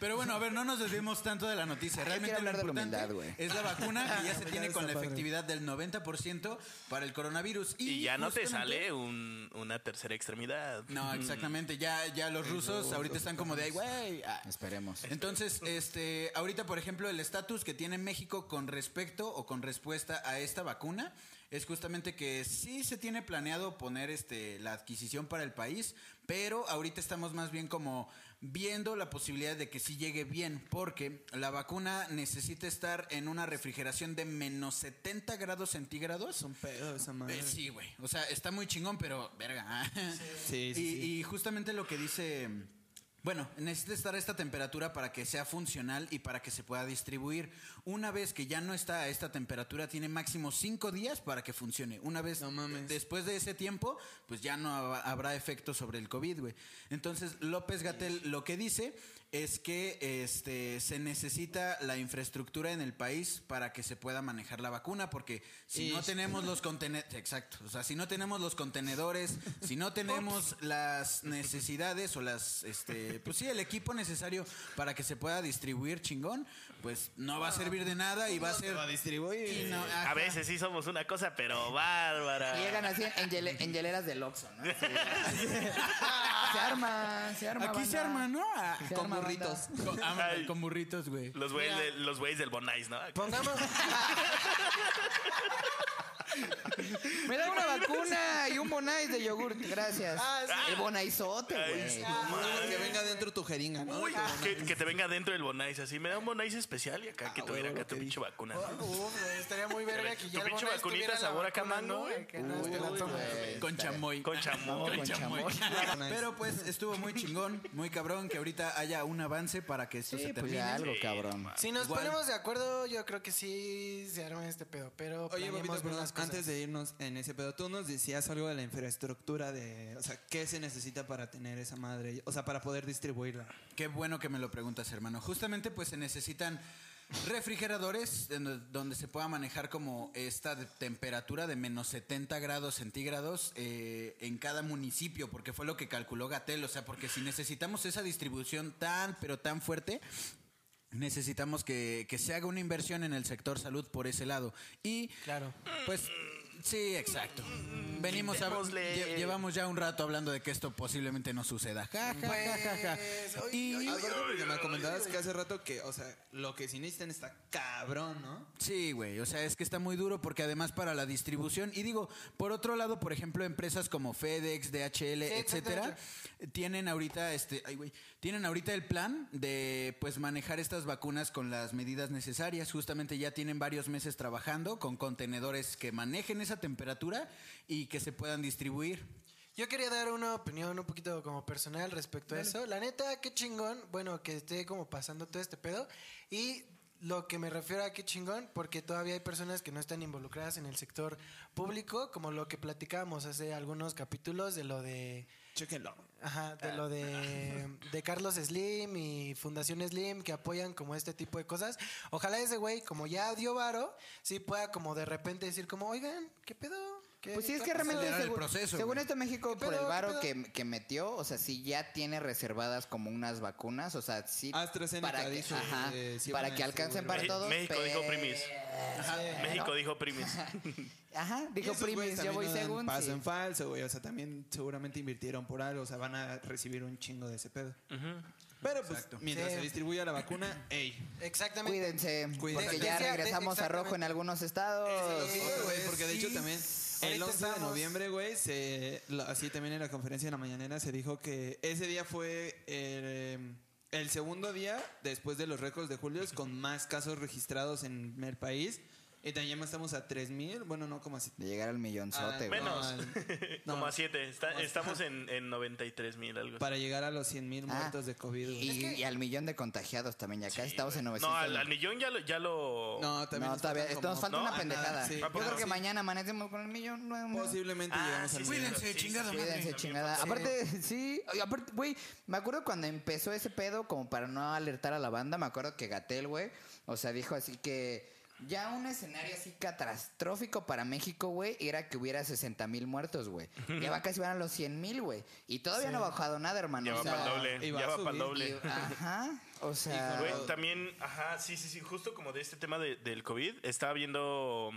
Speaker 2: Pero bueno, a ver, no nos desviemos tanto de la noticia.
Speaker 4: quiero
Speaker 2: Realmente lo
Speaker 4: hablar de la
Speaker 2: importante
Speaker 4: humildad, güey.
Speaker 2: es la vacuna que ya se
Speaker 1: Ya
Speaker 2: tiene
Speaker 1: está
Speaker 2: con la
Speaker 1: padre.
Speaker 2: efectividad del 90% para el coronavirus. Y,
Speaker 3: Y ya no te
Speaker 2: justamente-
Speaker 3: sale Mm. un- una tercera extremidad.
Speaker 2: No, exactamente. Ya, ya los rusos ahorita están como de, "Ay, güey. ah".
Speaker 4: Esperemos.
Speaker 2: Entonces, este, ahorita, por ejemplo, el estatus que tiene México con respecto o con respuesta a esta vacuna es justamente que sí se tiene planeado poner este, la adquisición para el país, pero ahorita estamos más bien como viendo la posibilidad de que sí llegue bien, porque la vacuna necesita estar en una refrigeración de menos 70 grados centígrados.
Speaker 1: Son pedos esa madre.
Speaker 2: Eh, sí, güey. O sea, está muy chingón, pero verga.
Speaker 1: Sí, sí,
Speaker 2: y,
Speaker 1: sí.
Speaker 2: y justamente lo que dice. Bueno, necesita estar a esta temperatura para que sea funcional y para que se pueda distribuir. Una vez que ya no está a esta temperatura, tiene máximo cinco días para que funcione. Una vez
Speaker 1: No mames.
Speaker 2: después de ese tiempo, pues ya no hab- habrá efecto sobre el COVID, güey. Entonces, López Gatel lo que dice es que este, se necesita la infraestructura en el país para que se pueda manejar la vacuna, porque si no
Speaker 1: Ish.
Speaker 2: tenemos los contenedores, exacto, o sea, si no tenemos los contenedores, si no tenemos las necesidades o las, este, pues sí, el equipo necesario para que se pueda distribuir chingón, pues no
Speaker 4: Ah.
Speaker 2: va a servir de nada y va a ser...
Speaker 1: Va a distribuir.
Speaker 2: y no-
Speaker 3: Eh,
Speaker 2: ah,
Speaker 3: A
Speaker 2: ajá.
Speaker 3: veces sí somos una cosa, pero bárbara.
Speaker 4: Y llegan así en, hiele- en hieleras del Oxxo, ¿no? Así. se arma, se arma.
Speaker 2: Aquí se
Speaker 4: banda.
Speaker 2: arma, ¿no? Ah,
Speaker 4: Se
Speaker 2: con
Speaker 4: arma,
Speaker 2: burritos.
Speaker 4: banda.
Speaker 2: Con, ah,
Speaker 3: Ay.
Speaker 2: con burritos, güey.
Speaker 3: Los güeyes de- los güeyes del Bonais, ¿no?
Speaker 5: Pongamos,
Speaker 4: Me da una vacuna y un bonais de yogur. Gracias.
Speaker 5: Ah, sí.
Speaker 4: El bonaizote, güey.
Speaker 1: Que venga dentro tu jeringa, ¿no?
Speaker 3: Uy,
Speaker 2: ah,
Speaker 3: que, que te venga dentro del Bonais, así. Me da un Bonais especial y acá que tuviera acá tu pinche vacuna. ¿no?
Speaker 5: Uf, estaría muy verga que
Speaker 3: Tu
Speaker 5: ya el
Speaker 3: pinche
Speaker 5: Bonais
Speaker 3: vacunita
Speaker 5: tuviera la
Speaker 3: sabor a
Speaker 5: vacuna,
Speaker 3: camango,
Speaker 5: ¿no?
Speaker 3: güey.
Speaker 5: Que no, este es que la toma.
Speaker 4: güey.
Speaker 2: Con chamoy.
Speaker 3: Con chamoy.
Speaker 4: Con chamoy.
Speaker 2: Pero pues estuvo muy chingón, muy cabrón que ahorita haya un avance para que esto se
Speaker 4: Sí, pues
Speaker 2: termine.
Speaker 4: ya algo,
Speaker 3: Sí,
Speaker 4: cabrón.
Speaker 5: Si nos
Speaker 2: Igual.
Speaker 5: ponemos de acuerdo, yo creo que sí se arma este pedo, pero
Speaker 1: Oye,
Speaker 5: planeemos
Speaker 1: papito,
Speaker 5: bien
Speaker 1: perdón,
Speaker 5: las cosas.
Speaker 1: antes de irnos en ese pedo, tú nos decías algo de la infraestructura de, o sea, ¿qué se necesita para tener esa madre? O sea, para poder distribuirla.
Speaker 2: Qué bueno que me lo preguntas, hermano. Justamente, pues se necesitan refrigeradores en do- donde se pueda manejar como esta de- temperatura de menos 70 grados centígrados eh, en cada municipio, porque fue lo que calculó Gatel. O sea, porque si necesitamos esa distribución tan, pero tan fuerte, necesitamos que, que se haga una inversión en el sector salud por ese lado. Y,
Speaker 5: Claro.
Speaker 2: pues, sí, exacto. Venimos a.
Speaker 3: Quitémosle.
Speaker 2: lle- llevamos ya un rato hablando de que esto posiblemente no suceda. Ja, ja, ja, ja, ja.
Speaker 5: Pues,
Speaker 2: Y-
Speaker 1: Aparte, porque me comentabas que hace rato que, o sea, lo que sí necesitan está cabrón, ¿no?
Speaker 2: Sí, güey, o sea, es que está muy duro porque además para la distribución, y digo, por otro lado, por ejemplo, empresas como FedEx, DHL,
Speaker 5: Sí,
Speaker 2: etcétera, tienen ahorita este, ay, güey, tienen ahorita el plan de pues manejar estas vacunas con las medidas necesarias. Justamente ya tienen varios meses trabajando con contenedores que manejen esa temperatura y que se puedan distribuir.
Speaker 5: Yo quería dar una opinión un poquito como personal respecto a eso. La neta, qué chingón, bueno, que esté como pasando todo este pedo. Y lo que me refiero a qué chingón, porque todavía hay personas que no están involucradas en el sector público, como lo que platicábamos hace algunos capítulos de lo de...
Speaker 1: Chéquenlo.
Speaker 5: Ajá, de lo de, de Carlos Slim y Fundación Slim que apoyan como este tipo de cosas. Ojalá ese güey, como ya dio varo, sí pueda como de repente decir como, oigan, ¿qué pedo? ¿Qué-
Speaker 4: Pues sí, es que
Speaker 5: qué pasó?"
Speaker 4: realmente
Speaker 2: Acelerar el
Speaker 4: según,
Speaker 2: proceso,
Speaker 4: según
Speaker 2: güey.
Speaker 4: esto México,
Speaker 5: ¿Qué
Speaker 4: por el
Speaker 5: pedo?
Speaker 4: varo
Speaker 5: ¿Qué
Speaker 4: que, que metió, o sea, sí ya tiene reservadas como unas vacunas, o sea, sí
Speaker 1: AstraZeneca
Speaker 4: para que,
Speaker 1: dice,
Speaker 4: ajá,
Speaker 1: eh, sí
Speaker 4: para
Speaker 1: van a
Speaker 4: que alcancen
Speaker 1: distribuir.
Speaker 4: para todos.
Speaker 3: México dijo primis.
Speaker 4: pero-
Speaker 3: México dijo primis.
Speaker 4: Ajá, dijo
Speaker 1: Esos güeyes
Speaker 4: primis, yo
Speaker 1: también
Speaker 4: voy
Speaker 1: no dan
Speaker 4: según.
Speaker 1: Paso
Speaker 4: sí.
Speaker 1: en falso, güey. O sea, también seguramente invirtieron por algo. O sea, van a recibir un chingo de ese pedo. Pero pues mientras
Speaker 5: Sí.
Speaker 1: se distribuya la vacuna, ey.
Speaker 5: Exactamente.
Speaker 4: Cuídense,
Speaker 1: Cuídense.
Speaker 4: porque ya
Speaker 5: Decía- de-
Speaker 4: regresamos a rojo en
Speaker 5: exactamente.
Speaker 4: algunos estados.
Speaker 5: Sí,
Speaker 1: Otra vez,
Speaker 5: güey,
Speaker 1: porque de hecho
Speaker 5: sí.
Speaker 1: también el
Speaker 5: Ahorita
Speaker 1: 11 de
Speaker 5: estamos-
Speaker 1: noviembre, güey, se- la- así también en la conferencia de la mañanera se dijo que ese día fue el, el segundo día después de los récords de julio con más casos registrados en el país. Y también estamos a 3.000, bueno, no como así.
Speaker 4: De llegar al millonzote,
Speaker 1: al-
Speaker 4: güey.
Speaker 3: Menos.
Speaker 1: Ah, al- no,
Speaker 3: Como a 7. Estamos en, en 93 mil, algo así.
Speaker 1: para llegar a los 100.000
Speaker 4: Ah,
Speaker 1: muertos de COVID. güey.
Speaker 4: Y, y al millón de contagiados también, ya casi
Speaker 3: Sí,
Speaker 4: estamos en
Speaker 3: güey.
Speaker 4: 900.
Speaker 3: No, al, al millón ya lo. Ya lo...
Speaker 1: No, también
Speaker 4: No,
Speaker 1: nos
Speaker 4: todavía
Speaker 1: faltan
Speaker 4: esto nos
Speaker 1: como-
Speaker 4: falta
Speaker 3: No,
Speaker 4: una
Speaker 3: ah, nada,
Speaker 4: pendejada.
Speaker 1: sí.
Speaker 4: Yo creo que
Speaker 3: Sí. Ah,
Speaker 4: mañana amanecemos con el millón. nueve, nueve.
Speaker 1: Posiblemente llegamos al millón.
Speaker 2: Cuídense, chingada madre.
Speaker 4: Cuídense, chingada. Aparte, sí. Oye, aparte, güey, me acuerdo cuando empezó ese pedo, como para no alertar a la banda, me acuerdo que Gatel, güey, o sea, dijo así que ya un escenario así catastrófico para México, güey, era que hubiera 60 mil muertos, güey. Ya va casi van a los 100 mil, güey. Y todavía no ha bajado nada, hermano.
Speaker 3: Ya
Speaker 4: o
Speaker 3: va
Speaker 4: sea,
Speaker 3: para el doble.
Speaker 1: y va a
Speaker 3: Ya va para el
Speaker 1: subir,
Speaker 3: doble.
Speaker 4: y- ajá. O sea,
Speaker 3: Güey, también, ajá, sí, sí, sí, justo como de este tema de- del COVID, estaba viendo,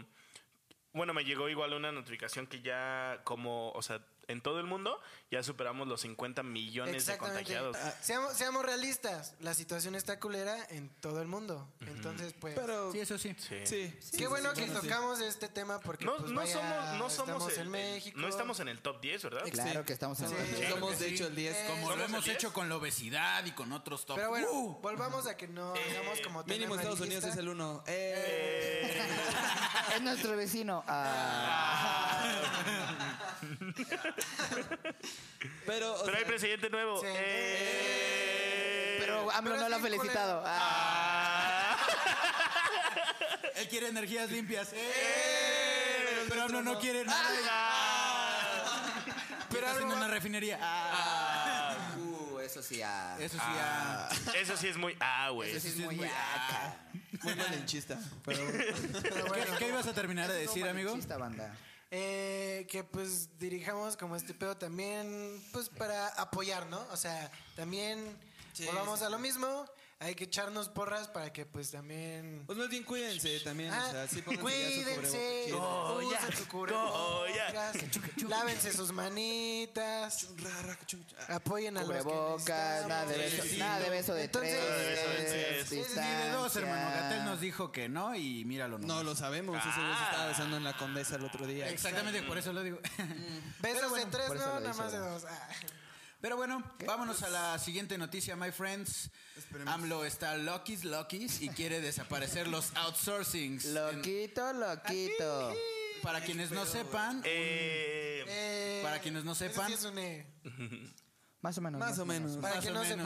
Speaker 3: bueno, me llegó igual una notificación que ya como, o sea, en todo el mundo ya superamos los 50 millones de
Speaker 5: Exactamente.
Speaker 3: contagiados.
Speaker 5: Ah, Seamos, seamos realistas, la situación está culera en todo el mundo. Entonces, pues...
Speaker 1: Pero
Speaker 2: Sí, eso sí.
Speaker 3: Sí.
Speaker 1: sí.
Speaker 5: qué bueno que
Speaker 1: sí.
Speaker 5: tocamos este tema porque
Speaker 3: No,
Speaker 5: pues,
Speaker 3: no
Speaker 5: vaya,
Speaker 3: somos, no somos
Speaker 5: estamos
Speaker 3: el-
Speaker 5: en
Speaker 3: el-
Speaker 5: México.
Speaker 3: no estamos en el top 10, ¿verdad?
Speaker 5: Exacto.
Speaker 4: claro
Speaker 5: sí.
Speaker 4: que estamos en
Speaker 5: Sí.
Speaker 4: el-
Speaker 5: Somos,
Speaker 2: Claro que
Speaker 1: de
Speaker 2: sí.
Speaker 1: hecho, el
Speaker 5: Eh,
Speaker 1: 10.
Speaker 2: Como lo
Speaker 3: ¿Somos
Speaker 2: hemos
Speaker 3: el 10?
Speaker 2: hecho con la obesidad y con otros top.
Speaker 5: Pero bueno,
Speaker 2: ¡Uh!
Speaker 5: volvamos a que no
Speaker 3: Eh,
Speaker 5: hagamos como tan
Speaker 1: Mínimo Estados Unidos es
Speaker 5: amarillista.
Speaker 1: el Eh, 1.
Speaker 4: es nuestro vecino. Ah,
Speaker 1: Pero, o
Speaker 3: Pero hay
Speaker 1: sea,
Speaker 3: presidente nuevo.
Speaker 5: Sí.
Speaker 3: Eh.
Speaker 4: pero AMLO
Speaker 5: pero
Speaker 4: no
Speaker 5: es
Speaker 4: lo ha
Speaker 5: bien
Speaker 4: felicitado.
Speaker 5: culero.
Speaker 4: Ah.
Speaker 2: Él quiere energías limpias. ¡Eh! Pero no, no quiere nada. Pero está haciendo una refinería.
Speaker 4: Uh, eso sí, ah.
Speaker 2: Eso sí, ah.
Speaker 3: Eso sí es muy... Ah, güey.
Speaker 4: Eso sí es
Speaker 2: sí es
Speaker 4: muy
Speaker 2: muy-
Speaker 4: acá.
Speaker 1: muy malinchista. Pero
Speaker 5: Pero
Speaker 2: ¿Qué,
Speaker 5: bueno,
Speaker 2: qué ibas a terminar de decir, amigo?
Speaker 4: Esta banda.
Speaker 5: eh, que pues dirijamos como este pedo también, pues para apoyar, ¿no? O sea, también volvamos a lo mismo, hay que echarnos porras para que pues también...
Speaker 1: pues más bien cuídense también.
Speaker 5: Ah,
Speaker 1: o sea, sí pónganse ya su cubrebocas
Speaker 5: cuídense,
Speaker 1: chido.
Speaker 3: Oh, ya.
Speaker 5: usen su cubrebocas,
Speaker 2: chuca.
Speaker 5: lávense sus manitas,
Speaker 1: Ra, ra, chu, chu.
Speaker 5: apoyen a los que
Speaker 4: Cubrebocas,
Speaker 5: necesitamos.
Speaker 4: nada de beso,
Speaker 1: sí,
Speaker 4: nada de beso de
Speaker 5: Entonces,
Speaker 4: tres. este,
Speaker 5: Nada de
Speaker 3: beso de tres.
Speaker 4: distancia.
Speaker 2: Sí, de dos, hermano. Gatel nos dijo que no y míralo.
Speaker 1: No lo sabemos. Ese güey se estaba besando en la condesa el otro día.
Speaker 2: Exactamente, por eso lo digo.
Speaker 5: Besos de tres,
Speaker 4: por eso lo
Speaker 5: no, nada
Speaker 4: dice,
Speaker 5: más de
Speaker 4: ¿verdad?
Speaker 5: dos. Ah.
Speaker 2: Pero bueno, vámonos a la siguiente noticia, my friends. AMLO está Lucky's Lucky's y quiere desaparecer los outsourcings. En-
Speaker 4: Loquito, loquito.
Speaker 2: para quienes no sepan,
Speaker 3: Eh,
Speaker 5: Eh,
Speaker 2: Para quienes no
Speaker 5: ese
Speaker 2: sepan.
Speaker 5: sí es un E.
Speaker 4: Más o menos.
Speaker 1: Más o menos.
Speaker 5: Para
Speaker 2: Más
Speaker 5: que
Speaker 2: o
Speaker 5: no
Speaker 2: menos.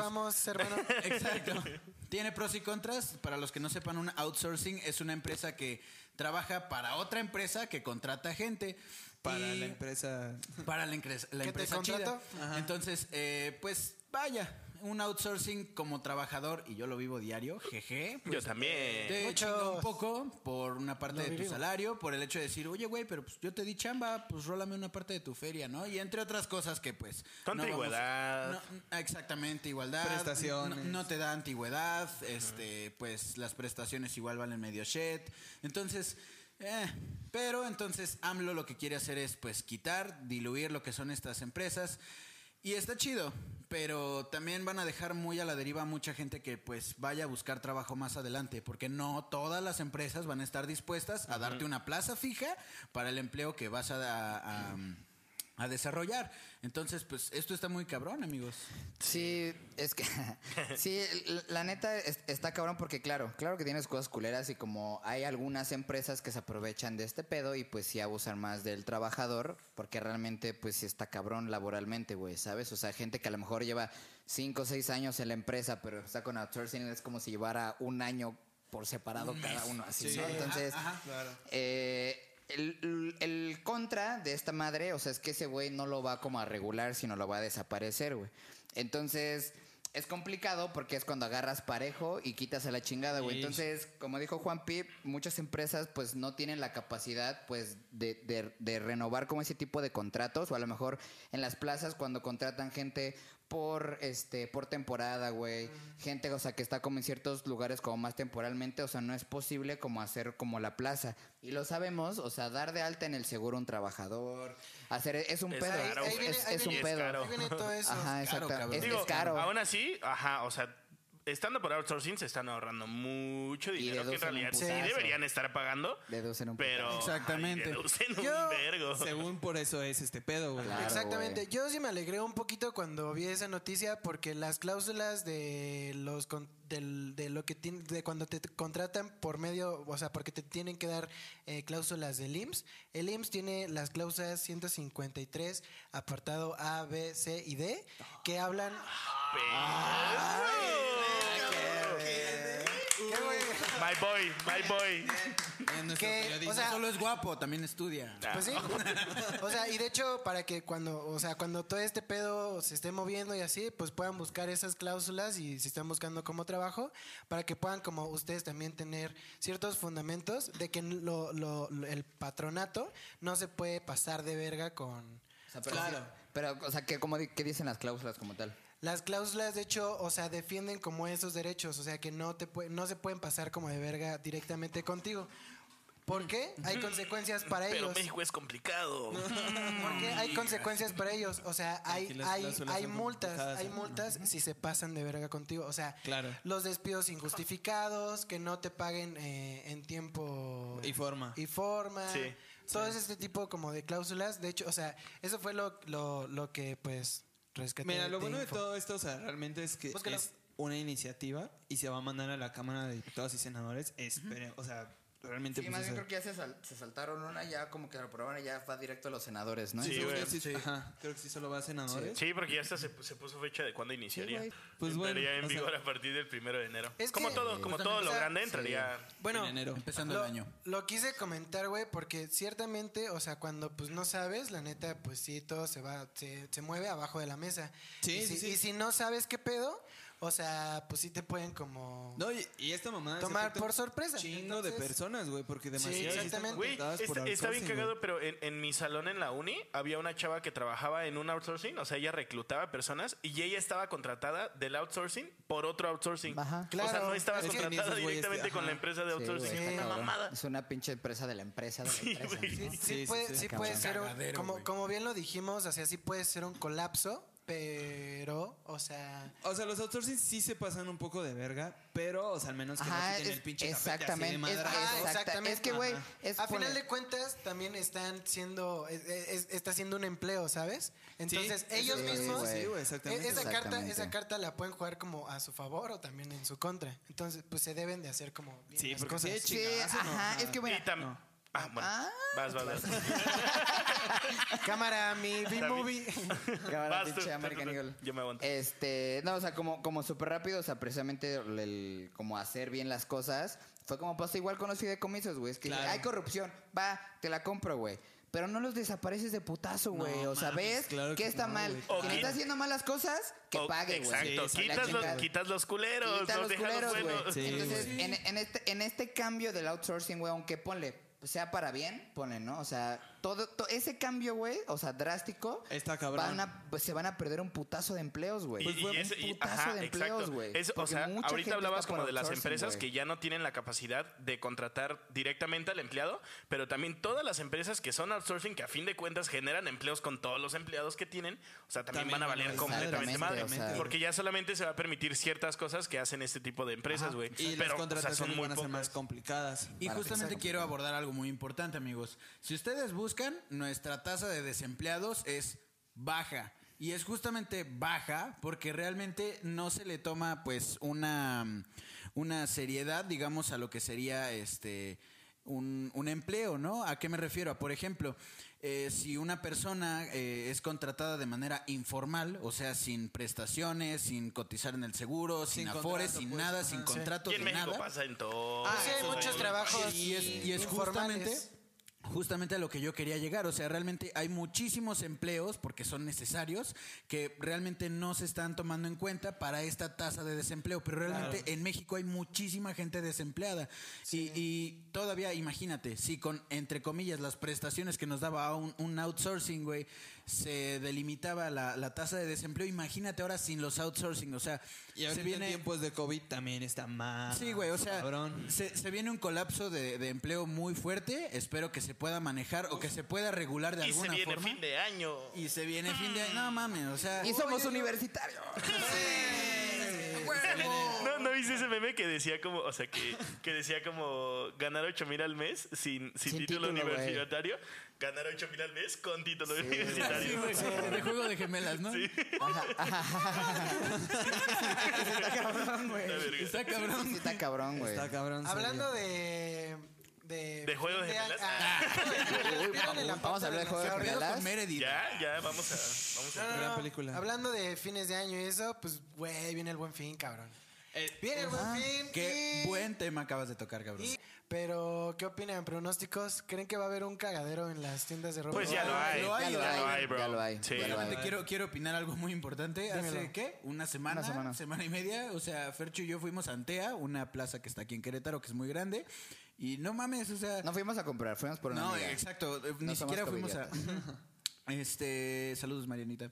Speaker 5: sepamos, hermano.
Speaker 2: Exacto. Tiene pros y contras. Para los que no sepan, un outsourcing es una empresa que trabaja para otra empresa que contrata gente.
Speaker 1: Para
Speaker 2: Y-
Speaker 1: la empresa.
Speaker 2: Para la, incre- la
Speaker 5: te
Speaker 2: empresa chida.
Speaker 5: contrató?
Speaker 2: Entonces, eh, pues vaya, un outsourcing como trabajador, y yo lo vivo diario, jeje.
Speaker 3: yo
Speaker 2: Pues,
Speaker 3: también.
Speaker 2: te
Speaker 5: Muchos.
Speaker 2: chinga un poco por una parte
Speaker 5: Lo
Speaker 2: de tu
Speaker 5: vivimos.
Speaker 2: salario, por el hecho de decir, oye, güey, pero pues yo te di chamba, pues rólame una parte de tu feria, ¿no? Y entre otras cosas que, pues. no
Speaker 3: Tanta
Speaker 2: vamos-
Speaker 3: igualdad.
Speaker 2: no, exactamente, igualdad.
Speaker 1: Prestaciones.
Speaker 2: No, no te da antigüedad, este, pues las prestaciones igual valen medio shit. Entonces. eh, pero entonces AMLO lo que quiere hacer es pues quitar, diluir lo que son estas empresas y está chido, pero también van a dejar muy a la deriva a mucha gente que pues vaya a buscar trabajo más adelante, porque no todas las empresas van a estar dispuestas a darte una plaza fija para el empleo que vas a, a- a- a desarrollar. Entonces, pues esto está muy cabrón, amigos.
Speaker 4: Sí, es que. sí, l- la neta es- está cabrón porque, claro, claro que tienes cosas culeras y como hay algunas empresas que se aprovechan de este pedo y pues sí abusan más del trabajador porque realmente, pues sí está cabrón laboralmente, güey, ¿sabes? O sea, gente que a lo mejor lleva 5 o 6 años en la empresa, pero está con outsourcing, es como si llevara un año por separado cada uno, así, ¿no? Entonces. Eh, el, el contra de esta madre, o sea, es que ese güey no lo va como a regular, sino lo va a desaparecer, güey. Entonces, es complicado porque es cuando agarras parejo y quitas a la chingada, güey.
Speaker 1: Sí.
Speaker 4: Entonces, como dijo Juan Pip, muchas empresas pues no tienen la capacidad pues de, de- de renovar como ese tipo de contratos, o a lo mejor en las plazas cuando contratan gente por este por temporada, güey. Gente, o sea, que está como en ciertos lugares como más temporalmente, o sea, no es posible como hacer como la plaza. Y lo sabemos, o sea, dar de alta en el seguro a un trabajador, hacer es un
Speaker 3: Es
Speaker 4: pedo,
Speaker 3: caro,
Speaker 4: es,
Speaker 3: güey.
Speaker 4: es-
Speaker 5: ahí
Speaker 4: es un
Speaker 5: viene-
Speaker 4: pedo.
Speaker 3: caro.
Speaker 5: Ahí viene todo eso.
Speaker 4: Ajá,
Speaker 2: Es caro,
Speaker 4: exacto.
Speaker 2: cabrón.
Speaker 4: es,
Speaker 3: Digo,
Speaker 4: es caro.
Speaker 3: Aún así, ajá, o sea, estando por outsourcing se están ahorrando mucho dinero que en
Speaker 4: deducen un
Speaker 3: realidad sí
Speaker 4: putazo.
Speaker 3: deberían estar pagando,
Speaker 4: Deducen un
Speaker 3: pero ay,
Speaker 2: Exactamente.
Speaker 3: deducen un
Speaker 5: Yo-
Speaker 3: vergo.
Speaker 1: Según por eso es este pedo, güey.
Speaker 4: Claro,
Speaker 5: Exactamente.
Speaker 4: güey.
Speaker 5: Yo sí me alegré un poquito cuando vi esa noticia porque las cláusulas de los con- del- de lo que tien- de cuando te contratan por medio, o sea, porque te tienen que dar eh, cláusulas del IMSS. El IMSS tiene las cláusulas 153 apartado A, B, C y D que hablan
Speaker 4: eh.
Speaker 3: My boy, my boy.
Speaker 1: En nuestro
Speaker 5: que,
Speaker 1: periodismo.
Speaker 5: o sea,
Speaker 2: No solo es guapo, también estudia.
Speaker 5: Pues sí. O sea, y de hecho, para que cuando, o sea, cuando todo este pedo se esté moviendo y así, pues puedan buscar esas cláusulas y si están buscando como trabajo, para que puedan como ustedes también tener ciertos fundamentos de que lo- lo- lo- el patronato no se puede pasar de verga con
Speaker 4: O sea, pero,
Speaker 5: Claro.
Speaker 4: sí, Pero, o sea, ¿qué, cómo di- qué dicen las cláusulas como tal?
Speaker 5: las cláusulas, de hecho, o sea, defienden como esos derechos, o sea, que no te pue- no se pueden pasar como de verga directamente contigo. ¿Por qué? Hay consecuencias para
Speaker 3: Pero
Speaker 5: ellos.
Speaker 3: México es complicado.
Speaker 5: Mm, Porque hay consecuencias para ellos. O sea, hay,
Speaker 1: Aquí las
Speaker 5: hay,
Speaker 1: cláusulas
Speaker 5: hay
Speaker 1: son
Speaker 5: multas.
Speaker 1: complicadas,
Speaker 5: Hay
Speaker 1: ¿no?
Speaker 5: multas si se pasan de verga contigo. O sea,
Speaker 1: Claro.
Speaker 5: los despidos injustificados, que no te paguen eh, en tiempo
Speaker 1: Y forma.
Speaker 5: y forma.
Speaker 3: Sí.
Speaker 5: Todo este tipo como de cláusulas. De hecho, o sea, eso fue lo, lo, lo que pues rescaté.
Speaker 1: Mira, lo bueno de
Speaker 5: info.
Speaker 1: todo esto, o sea, realmente es
Speaker 4: Pues
Speaker 1: que
Speaker 5: Búscalo.
Speaker 1: es una iniciativa y se va a mandar a la Cámara de Diputados y Senadores. Espere, o sea, realmente.
Speaker 4: Sí,
Speaker 1: pues,
Speaker 4: más
Speaker 1: o
Speaker 4: bien
Speaker 1: sea,
Speaker 4: creo que ya se, sal- se saltaron una, ya como que la aprobaron, ya va directo a los senadores, ¿no?
Speaker 3: Sí,
Speaker 4: Entonces,
Speaker 1: seguro
Speaker 3: güey.
Speaker 1: que sí- ajá, creo que sí solo va a senadores.
Speaker 3: Sí, porque ya hasta se, se puso fecha de cuándo iniciaría.
Speaker 4: güey.
Speaker 1: Pues bueno,
Speaker 3: entraría en
Speaker 1: o sea-
Speaker 3: vigor a partir del primero de enero.
Speaker 5: Es
Speaker 3: como
Speaker 5: que-
Speaker 3: todo, como todo lo
Speaker 5: o sea,
Speaker 3: grande
Speaker 5: sí.
Speaker 3: entraría.
Speaker 5: Bueno,
Speaker 1: En enero.
Speaker 2: Empezando
Speaker 5: Lo,
Speaker 2: el año.
Speaker 5: lo quise comentar, güey, porque ciertamente, o sea, cuando pues no sabes, la neta, pues sí, todo se va, se, se mueve abajo de la mesa.
Speaker 1: Sí,
Speaker 5: y si,
Speaker 1: sí, sí.
Speaker 5: y si no sabes qué pedo, o sea, pues sí te pueden como
Speaker 1: No, y, y esta mamada. se
Speaker 5: tomar
Speaker 1: afecta
Speaker 5: por
Speaker 1: un
Speaker 5: sorpresa.
Speaker 1: Chingo de
Speaker 5: Entonces,
Speaker 1: personas, güey, porque demasiadas. sí están
Speaker 5: exactamente.
Speaker 3: Güey,
Speaker 1: contratadas por
Speaker 3: está, está bien
Speaker 1: outsourcing,
Speaker 3: cagado,
Speaker 1: güey.
Speaker 3: pero en, en mi salón en la uni había una chava que trabajaba en un outsourcing, o sea, ella reclutaba personas y ella estaba contratada del outsourcing por otro outsourcing.
Speaker 4: Ajá.
Speaker 3: o sea,
Speaker 5: Claro.
Speaker 3: no estaba
Speaker 1: Es que ni
Speaker 3: contratada
Speaker 1: esos güeyes,
Speaker 3: directamente con
Speaker 1: ajá.
Speaker 3: la empresa de
Speaker 4: Sí, güey,
Speaker 3: outsourcing.
Speaker 4: está
Speaker 3: Una
Speaker 4: cabrón.
Speaker 3: mamada.
Speaker 4: Es una pinche empresa de la empresa de la empresa.
Speaker 3: güey.
Speaker 4: ¿no?
Speaker 5: Sí,
Speaker 1: Sí,
Speaker 5: puede,
Speaker 1: sí, sí.
Speaker 5: sí puede
Speaker 4: Cabrón.
Speaker 5: ser un-
Speaker 2: Cagadero,
Speaker 5: como,
Speaker 2: güey.
Speaker 5: como bien lo dijimos, o sea, sí puede ser un colapso, pero, o sea,
Speaker 1: O sea, los outsourcing sí se pasan un poco de verga, pero, o sea, al menos que no
Speaker 4: Ajá,
Speaker 1: quiten
Speaker 4: es-
Speaker 1: el pinche tapete así de
Speaker 4: exactamente. Es,
Speaker 1: madrazo.
Speaker 5: madrazos.
Speaker 4: exacta-
Speaker 5: Exactamente.
Speaker 4: es que, güey,
Speaker 1: Ajá.
Speaker 4: es
Speaker 5: a
Speaker 4: poner-
Speaker 5: final de cuentas también están siendo es- es- está siendo un empleo sabes entonces
Speaker 1: eso
Speaker 5: ellos
Speaker 4: sí,
Speaker 5: mismos
Speaker 4: güey. Sí,
Speaker 1: güey, exactamente.
Speaker 5: e- esa carta
Speaker 4: Exactamente.
Speaker 5: esa carta la pueden jugar como a su favor o también en su contra entonces pues se deben de hacer como bien
Speaker 1: Sí,
Speaker 5: las
Speaker 1: porque sí,
Speaker 5: cosas
Speaker 4: Sí,
Speaker 1: chingazo, no,
Speaker 4: ajá,
Speaker 1: ajá.
Speaker 4: es que,
Speaker 3: Y
Speaker 4: bueno,
Speaker 3: tam- Ah, bueno.
Speaker 4: Ah,
Speaker 3: vas, vas, vas.
Speaker 5: cámara mi B movie
Speaker 4: Cámara,
Speaker 3: Vas tú,
Speaker 4: pinche
Speaker 3: tú,
Speaker 4: American
Speaker 3: tú, tú.
Speaker 4: Eagle.
Speaker 3: Yo me aguanto.
Speaker 4: Este, no, o sea, como, como súper rápido, o sea, precisamente el, el- como hacer bien las cosas. Fue como pasa igual con los fideicomisos, güey. Es que
Speaker 1: Claro.
Speaker 4: hay corrupción, va, te la compro, güey. Pero no los desapareces de putazo, güey. o sea,
Speaker 1: mames,
Speaker 4: ¿ves?
Speaker 1: claro
Speaker 4: que
Speaker 1: que
Speaker 4: está
Speaker 1: no,
Speaker 4: mal.
Speaker 1: güey.
Speaker 3: O
Speaker 4: Quien
Speaker 3: quit-
Speaker 4: está haciendo malas cosas, que
Speaker 3: O-
Speaker 4: pague, güey.
Speaker 3: Oh, Exacto.
Speaker 1: Sí, sí,
Speaker 3: quitas,
Speaker 4: la
Speaker 3: los,
Speaker 4: chingada.
Speaker 3: quitas los culeros,
Speaker 4: Quita
Speaker 3: los,
Speaker 4: los
Speaker 3: dejas
Speaker 4: culeros,
Speaker 3: los
Speaker 4: güey.
Speaker 3: buenos.
Speaker 1: Sí,
Speaker 4: Entonces,
Speaker 1: güey.
Speaker 4: en, en este, en este cambio del outsourcing, güey, aunque ponle, sea para bien, ponle, ¿no? O sea, todo, to- ese cambio, güey, o sea, drástico,
Speaker 1: Está cabrón.
Speaker 4: van a- pues, se van a perder un putazo de empleos, Pues, güey.
Speaker 3: Y- y
Speaker 4: un
Speaker 3: ese- y-
Speaker 4: putazo
Speaker 3: ajá,
Speaker 4: de empleos,
Speaker 3: exacto.
Speaker 4: güey.
Speaker 3: Es- O
Speaker 4: Porque
Speaker 3: sea,
Speaker 4: mucha gente
Speaker 3: ahorita hablabas
Speaker 4: está por
Speaker 3: como de las
Speaker 4: outsourcing,
Speaker 3: empresas
Speaker 4: güey.
Speaker 3: que ya no tienen la capacidad de contratar directamente al empleado, pero también todas las empresas que son outsourcing, que a fin de cuentas generan empleos con todos los empleados que tienen, o sea, también,
Speaker 1: También
Speaker 3: van a
Speaker 1: van a
Speaker 3: valer
Speaker 1: valer
Speaker 3: completamente madre.
Speaker 4: madre, o sea.
Speaker 3: porque ya solamente se va a permitir ciertas cosas que hacen este tipo de empresas, güey.
Speaker 1: Y las
Speaker 3: Pero o sea,
Speaker 1: contrataciones
Speaker 3: son muy
Speaker 1: van a ser más
Speaker 3: pocas.
Speaker 1: complicadas.
Speaker 2: Y
Speaker 4: Para
Speaker 2: justamente
Speaker 4: pensar.
Speaker 2: quiero abordar algo muy importante, amigos. Si ustedes buscan, nuestra tasa de desempleados es baja. Y es justamente baja porque realmente no se le toma pues una, una seriedad, digamos, a lo que sería este un, un empleo, ¿no? ¿A qué me refiero? A, por ejemplo, eh, si una persona eh, es contratada de manera informal, o sea, sin prestaciones, sin cotizar en el seguro, sin,
Speaker 1: Sin
Speaker 2: afores,
Speaker 1: contrato,
Speaker 2: sin
Speaker 1: pues.
Speaker 2: nada,
Speaker 1: Ajá,
Speaker 2: sin
Speaker 1: sí.
Speaker 2: contrato,
Speaker 3: Y en
Speaker 2: de
Speaker 3: México
Speaker 2: nada.
Speaker 3: pasa en todo.
Speaker 5: Ah, sí, hay muchos trabajos
Speaker 2: Y es, y es justamente,
Speaker 5: informales.
Speaker 2: justamente a lo que yo quería llegar. O sea, realmente hay muchísimos empleos, porque son necesarios, que realmente no se están tomando en cuenta para esta tasa de desempleo. Pero realmente en México hay muchísima gente desempleada. Y, y todavía, imagínate, si con, entre comillas, las prestaciones que nos daba un, un outsourcing, güey, se delimitaba la, la tasa de desempleo. Imagínate ahora sin los outsourcing, o sea,
Speaker 1: Y
Speaker 2: se
Speaker 1: ahorita en
Speaker 2: viene...
Speaker 1: tiempos de COVID también está mal.
Speaker 2: Sí, güey, o sea,
Speaker 1: Cabrón.
Speaker 2: se, se viene un colapso de, de empleo muy fuerte. Espero que se pueda manejar o que se pueda regular de
Speaker 3: Y se
Speaker 2: alguna
Speaker 3: viene
Speaker 2: forma.
Speaker 3: fin de Mm. año.
Speaker 2: Y se viene fin de año. No mames, o sea.
Speaker 4: Y somos universitarios.
Speaker 3: No, no viste ese meme que decía como, o sea, que, que decía como ganar 8 mil al mes sin, sin,
Speaker 4: Sin
Speaker 3: título,
Speaker 4: título, güey.
Speaker 3: universitario, ganar 8 mil al mes con título
Speaker 2: Sí,
Speaker 3: universitario.
Speaker 2: güey, de juego de gemelas, ¿no?
Speaker 3: La verga.
Speaker 2: Está cabrón.
Speaker 4: Sí, está cabrón, güey.
Speaker 1: Está cabrón.
Speaker 5: Hablando de. De,
Speaker 3: ¿De juegos de
Speaker 5: fin
Speaker 3: gemelas?
Speaker 5: ah,
Speaker 4: Uy,
Speaker 5: ¿vieron en la
Speaker 4: vamos
Speaker 5: pauta
Speaker 4: a hablar de
Speaker 5: los-
Speaker 4: juegos de
Speaker 2: Está
Speaker 4: gemelas.
Speaker 2: con Meredith.
Speaker 3: Ya, ya, vamos a. Vamos a
Speaker 5: No, no,
Speaker 1: Gran
Speaker 5: no.
Speaker 1: película.
Speaker 5: Hablando de fines de año y eso, pues, güey, viene el buen fin, cabrón. Viene el buen fin.
Speaker 2: Eh, Qué
Speaker 5: y-
Speaker 2: buen tema acabas de tocar, cabrón.
Speaker 5: y- pero, ¿qué opinan? ¿Pronósticos? ¿Creen que va a haber un cagadero en las tiendas de ropa?
Speaker 3: Pues ya lo hay.
Speaker 2: Lo hay,
Speaker 3: ya
Speaker 2: lo
Speaker 3: lo
Speaker 2: hay,
Speaker 3: hay, bro.
Speaker 4: ya lo hay,
Speaker 3: Sí.
Speaker 4: ya lo hay.
Speaker 2: Te quiero, quiero opinar algo muy importante. ¿Hace
Speaker 5: Dímelo.
Speaker 2: qué? ¿Una semana,
Speaker 4: Una
Speaker 2: semana?
Speaker 4: semana.
Speaker 2: y media. O sea, Fercho y yo fuimos a Antea, una plaza que está aquí en Querétaro, que es muy grande. Y no mames, o sea.
Speaker 4: No fuimos a comprar, fuimos por una
Speaker 2: No,
Speaker 4: amiga.
Speaker 2: exacto. eh, Ni
Speaker 4: No somos
Speaker 2: siquiera fuimos a. Este. Saludos, Marianita.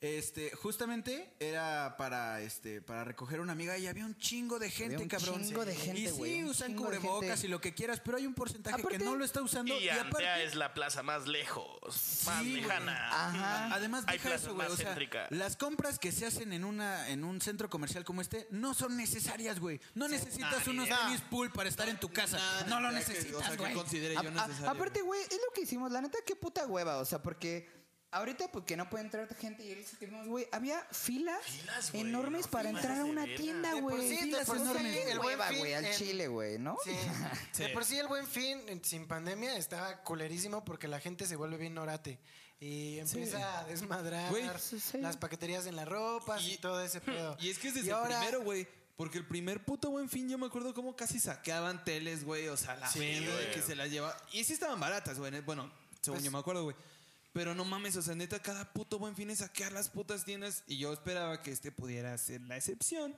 Speaker 2: Este, justamente era para este, para recoger una amiga y había un chingo de gente,
Speaker 4: un
Speaker 2: cabrón.
Speaker 4: chingo de
Speaker 2: y
Speaker 4: gente,
Speaker 2: sí,
Speaker 4: güey, un
Speaker 2: usan
Speaker 4: chingo de
Speaker 2: cubrebocas
Speaker 4: gente.
Speaker 2: y lo que quieras, pero hay un porcentaje
Speaker 4: Aparte-
Speaker 2: que no lo está usando.
Speaker 3: Y
Speaker 2: Y
Speaker 3: Antea
Speaker 2: aparte,
Speaker 3: es la plaza más lejos, más
Speaker 2: Sí, güey.
Speaker 3: lejana.
Speaker 4: Ajá.
Speaker 2: ah, Además,
Speaker 3: Hay
Speaker 2: deja
Speaker 3: plazas
Speaker 2: eso, güey.
Speaker 3: más
Speaker 2: O sea,
Speaker 3: céntricas.
Speaker 2: las compras que se hacen en una en un centro comercial como este no son necesarias, güey. No necesitas
Speaker 3: Nadie.
Speaker 2: unos
Speaker 3: No.
Speaker 2: tenis pool para estar en tu casa. no lo necesitas,
Speaker 1: O sea, que
Speaker 2: güey.
Speaker 1: considere
Speaker 4: A-
Speaker 1: yo
Speaker 4: a-
Speaker 1: necesario.
Speaker 4: aparte, güey, es lo que hicimos. La neta, qué puta hueva. O sea, porque ahorita, pues que no puede entrar gente y él se quedó, güey. Había filas,
Speaker 3: Filas, güey,
Speaker 4: enormes
Speaker 3: no,
Speaker 4: para
Speaker 3: filas
Speaker 4: entrar a
Speaker 3: de
Speaker 4: una
Speaker 3: verga.
Speaker 4: tienda,
Speaker 5: De por
Speaker 4: güey.
Speaker 5: sí, de
Speaker 4: filas
Speaker 5: por sí,
Speaker 4: enormes. Qué
Speaker 5: el Buen
Speaker 4: hueva,
Speaker 5: Fin,
Speaker 4: güey, al
Speaker 5: el-
Speaker 4: chile, güey, ¿no?
Speaker 5: Sí. De por sí el buen fin en- sin pandemia estaba culerísimo porque la gente se vuelve bien orate y empieza a desmadrar
Speaker 1: Güey,
Speaker 4: sí, sí.
Speaker 5: las paqueterías en las ropas y,
Speaker 1: Y-
Speaker 5: todo ese pedo.
Speaker 1: Y es que es desde
Speaker 5: Y ahora-
Speaker 1: el primero, güey. Porque el primer puto buen fin, yo me acuerdo cómo casi saqueaban teles, güey. O sea, la
Speaker 3: Sí,
Speaker 1: verga de
Speaker 3: güey.
Speaker 1: que se las lleva. Y sí estaban baratas, güey. Bueno, según
Speaker 5: Pues-
Speaker 1: yo me acuerdo, güey. Pero no mames, o sea, neta, cada puto buen fin es saquear las putas tiendas. Y yo esperaba que este pudiera ser la excepción.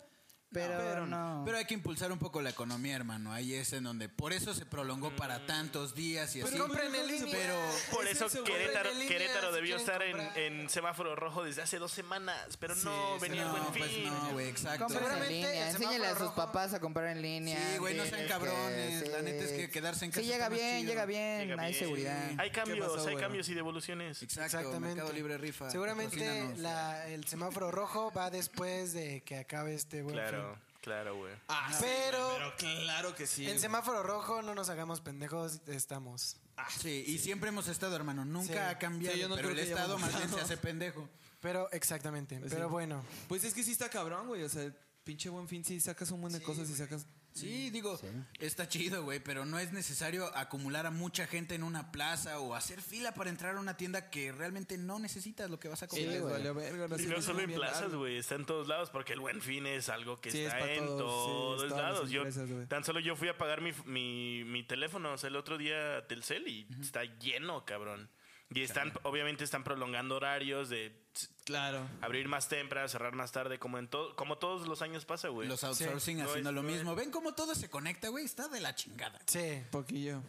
Speaker 4: Pero, no.
Speaker 2: Pero hay que impulsar un poco la economía, hermano. Ahí es en donde por eso se prolongó para tantos días y así.
Speaker 5: Pero Pues compren en
Speaker 1: güey,
Speaker 5: línea.
Speaker 1: pero-
Speaker 3: Por
Speaker 1: Es
Speaker 3: eso
Speaker 1: eso, güey.
Speaker 3: Querétaro,
Speaker 5: Compren en línea
Speaker 3: Querétaro
Speaker 5: si
Speaker 3: debió
Speaker 5: quieren
Speaker 3: estar en,
Speaker 5: comprar.
Speaker 3: en semáforo rojo desde hace dos semanas, pero
Speaker 1: Sí,
Speaker 3: no
Speaker 1: sí,
Speaker 3: venía el
Speaker 2: no,
Speaker 3: buen
Speaker 2: pues
Speaker 3: fin.
Speaker 2: no, güey, exacto.
Speaker 4: Compren en
Speaker 5: Seguramente
Speaker 4: línea.
Speaker 5: el
Speaker 4: Enséñale a
Speaker 5: semáforo
Speaker 4: sus
Speaker 5: rojo-
Speaker 4: papás a comprar en línea.
Speaker 2: Sí, güey, no sean
Speaker 4: Tienes
Speaker 2: cabrones.
Speaker 4: que-
Speaker 2: La neta es que quedarse en casa
Speaker 4: Sí, llega
Speaker 2: está más
Speaker 4: bien,
Speaker 2: chido.
Speaker 4: llega bien.
Speaker 3: Llega
Speaker 4: hay
Speaker 3: bien.
Speaker 4: seguridad.
Speaker 3: Hay cambios,
Speaker 1: pasó,
Speaker 3: hay
Speaker 1: güey?
Speaker 3: cambios y devoluciones.
Speaker 2: Exacto, Mercado Libre rifa.
Speaker 5: Seguramente
Speaker 2: patrocínanos.
Speaker 5: la- el semáforo rojo va después de que acabe este buen
Speaker 3: Claro,
Speaker 5: fin.
Speaker 3: claro, güey.
Speaker 1: Ah, sí, güey,
Speaker 5: Pero-
Speaker 1: pero claro que sí.
Speaker 5: En
Speaker 1: güey.
Speaker 5: semáforo rojo no nos hagamos pendejos, estamos.
Speaker 2: Ah, Sí, y siempre hemos estado, hermano. Nunca
Speaker 5: Sí.
Speaker 2: ha cambiado.
Speaker 1: Sí, yo no
Speaker 2: pero el
Speaker 1: creo que
Speaker 2: Estado
Speaker 1: hayamos
Speaker 2: más bien se
Speaker 1: cambiado.
Speaker 2: hace pendejo.
Speaker 5: Pero exactamente,
Speaker 1: Pues sí.
Speaker 5: pero bueno.
Speaker 1: Pues es que sí está cabrón, güey. O sea, pinche buen fin, sí sacas un montón de cosas y sacas.
Speaker 2: Sí, digo, está chido, güey, pero no es necesario acumular a mucha gente en una plaza o hacer fila para entrar a una tienda que realmente no necesitas lo que vas a
Speaker 1: Sí,
Speaker 2: comprar.
Speaker 1: les
Speaker 4: güey.
Speaker 1: valió verga. ahora
Speaker 3: Y
Speaker 1: sí
Speaker 3: no
Speaker 1: les
Speaker 3: solo
Speaker 1: fue
Speaker 3: en
Speaker 1: bien
Speaker 3: plazas,
Speaker 1: largo.
Speaker 3: güey, está en todos lados, porque el buen fin es algo que
Speaker 1: Sí, es
Speaker 3: está
Speaker 1: pa'
Speaker 3: en
Speaker 1: todos, sí,
Speaker 3: todos
Speaker 1: es todas las
Speaker 3: lados. Yo-
Speaker 1: empresas, güey.
Speaker 3: tan solo yo fui a pagar mi, mi, mi teléfono o sea, el otro día a Telcel y está lleno, cabrón. Y están, obviamente están prolongando horarios de s-
Speaker 1: Claro.
Speaker 3: abrir más temprano, cerrar más tarde, como en todo, como todos los años pasa, güey.
Speaker 2: Los outsourcing
Speaker 3: Sí. No
Speaker 2: haciendo
Speaker 3: es-
Speaker 2: lo
Speaker 3: no es-
Speaker 2: mismo. ¿Ven cómo todo se conecta, güey? Está de la chingada.
Speaker 5: Sí.
Speaker 1: Poquillo.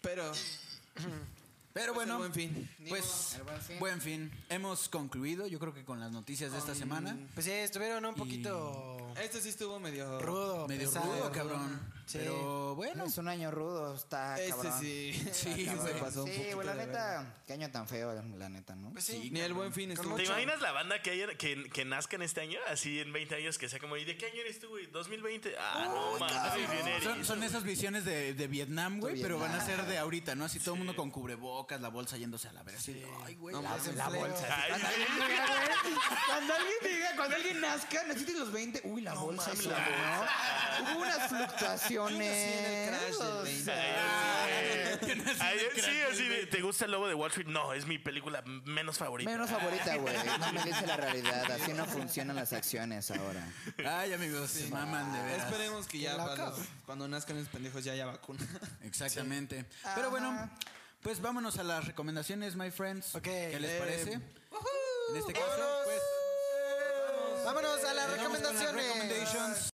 Speaker 1: Pero.
Speaker 2: Pero bueno,
Speaker 1: Pues el buen fin.
Speaker 2: Pues,
Speaker 4: El buen fin.
Speaker 2: buen fin. Hemos concluido, yo creo que con las noticias de esta semana.
Speaker 5: Pues sí, estuvieron un poquito
Speaker 1: Este sí estuvo medio.
Speaker 5: rudo,
Speaker 2: Medio
Speaker 5: pesado.
Speaker 2: rudo, cabrón.
Speaker 5: Sí.
Speaker 2: Pero
Speaker 4: No,
Speaker 2: bueno.
Speaker 4: es un año rudo, está
Speaker 1: Este
Speaker 4: cabrón.
Speaker 1: sí.
Speaker 2: Sí,
Speaker 1: Cabrón,
Speaker 2: güey.
Speaker 1: se pasó un
Speaker 4: Sí,
Speaker 1: poquito
Speaker 4: güey, la
Speaker 1: de verga.
Speaker 4: neta, qué año tan feo, la neta, ¿no?
Speaker 5: Pues sí.
Speaker 1: Ni el buen fin
Speaker 5: Con
Speaker 1: estuvo.
Speaker 3: ¿Te
Speaker 5: mucho-
Speaker 3: imaginas la banda que, haya- que, que nazca en este año? Así en 20 años, que sea como, ¿y de qué año eres tú, güey? ¿2020? Ah, no, mames, bien
Speaker 2: Son,
Speaker 3: herido.
Speaker 2: son esas visiones de, de Vietnam, güey,
Speaker 4: De
Speaker 2: pero van a
Speaker 4: Vietnam.
Speaker 2: ser de ahorita, ¿no? Así todo el mundo con cubrebocas, la bolsa yéndose a la verga. así, Ay, güey.
Speaker 1: No
Speaker 2: la-
Speaker 1: mames.
Speaker 4: La bolsa.
Speaker 3: Ay, sí.
Speaker 4: Cuando alguien diga, cuando alguien nazca, necesites los 20. Uy, la bolsa se la ¿no? Hubo unas
Speaker 1: Sí, en el
Speaker 4: fluctuaciones.
Speaker 1: crash del
Speaker 4: o
Speaker 1: 20.
Speaker 4: sea,
Speaker 3: Ayer sí, así de, ¿te gusta el lobo de Wall Street? No, es mi película menos favorita.
Speaker 4: Menos favorita, güey. No me dice la realidad. Así no funcionan las acciones ahora.
Speaker 2: Ay, amigos, se maman de veras.
Speaker 1: Esperemos que ya
Speaker 5: la
Speaker 1: cuando,
Speaker 5: acabo.
Speaker 1: cuando nazcan los pendejos ya haya vacuna.
Speaker 2: Exactamente. Pero bueno, pues vámonos a las recomendaciones, my friends.
Speaker 5: Ok.
Speaker 2: ¿Qué les
Speaker 5: Eh,
Speaker 2: parece? En este caso,
Speaker 5: Vámonos.
Speaker 2: pues.
Speaker 5: Vámonos a las
Speaker 2: llegamos con las
Speaker 5: recomendaciones.
Speaker 2: recommendations.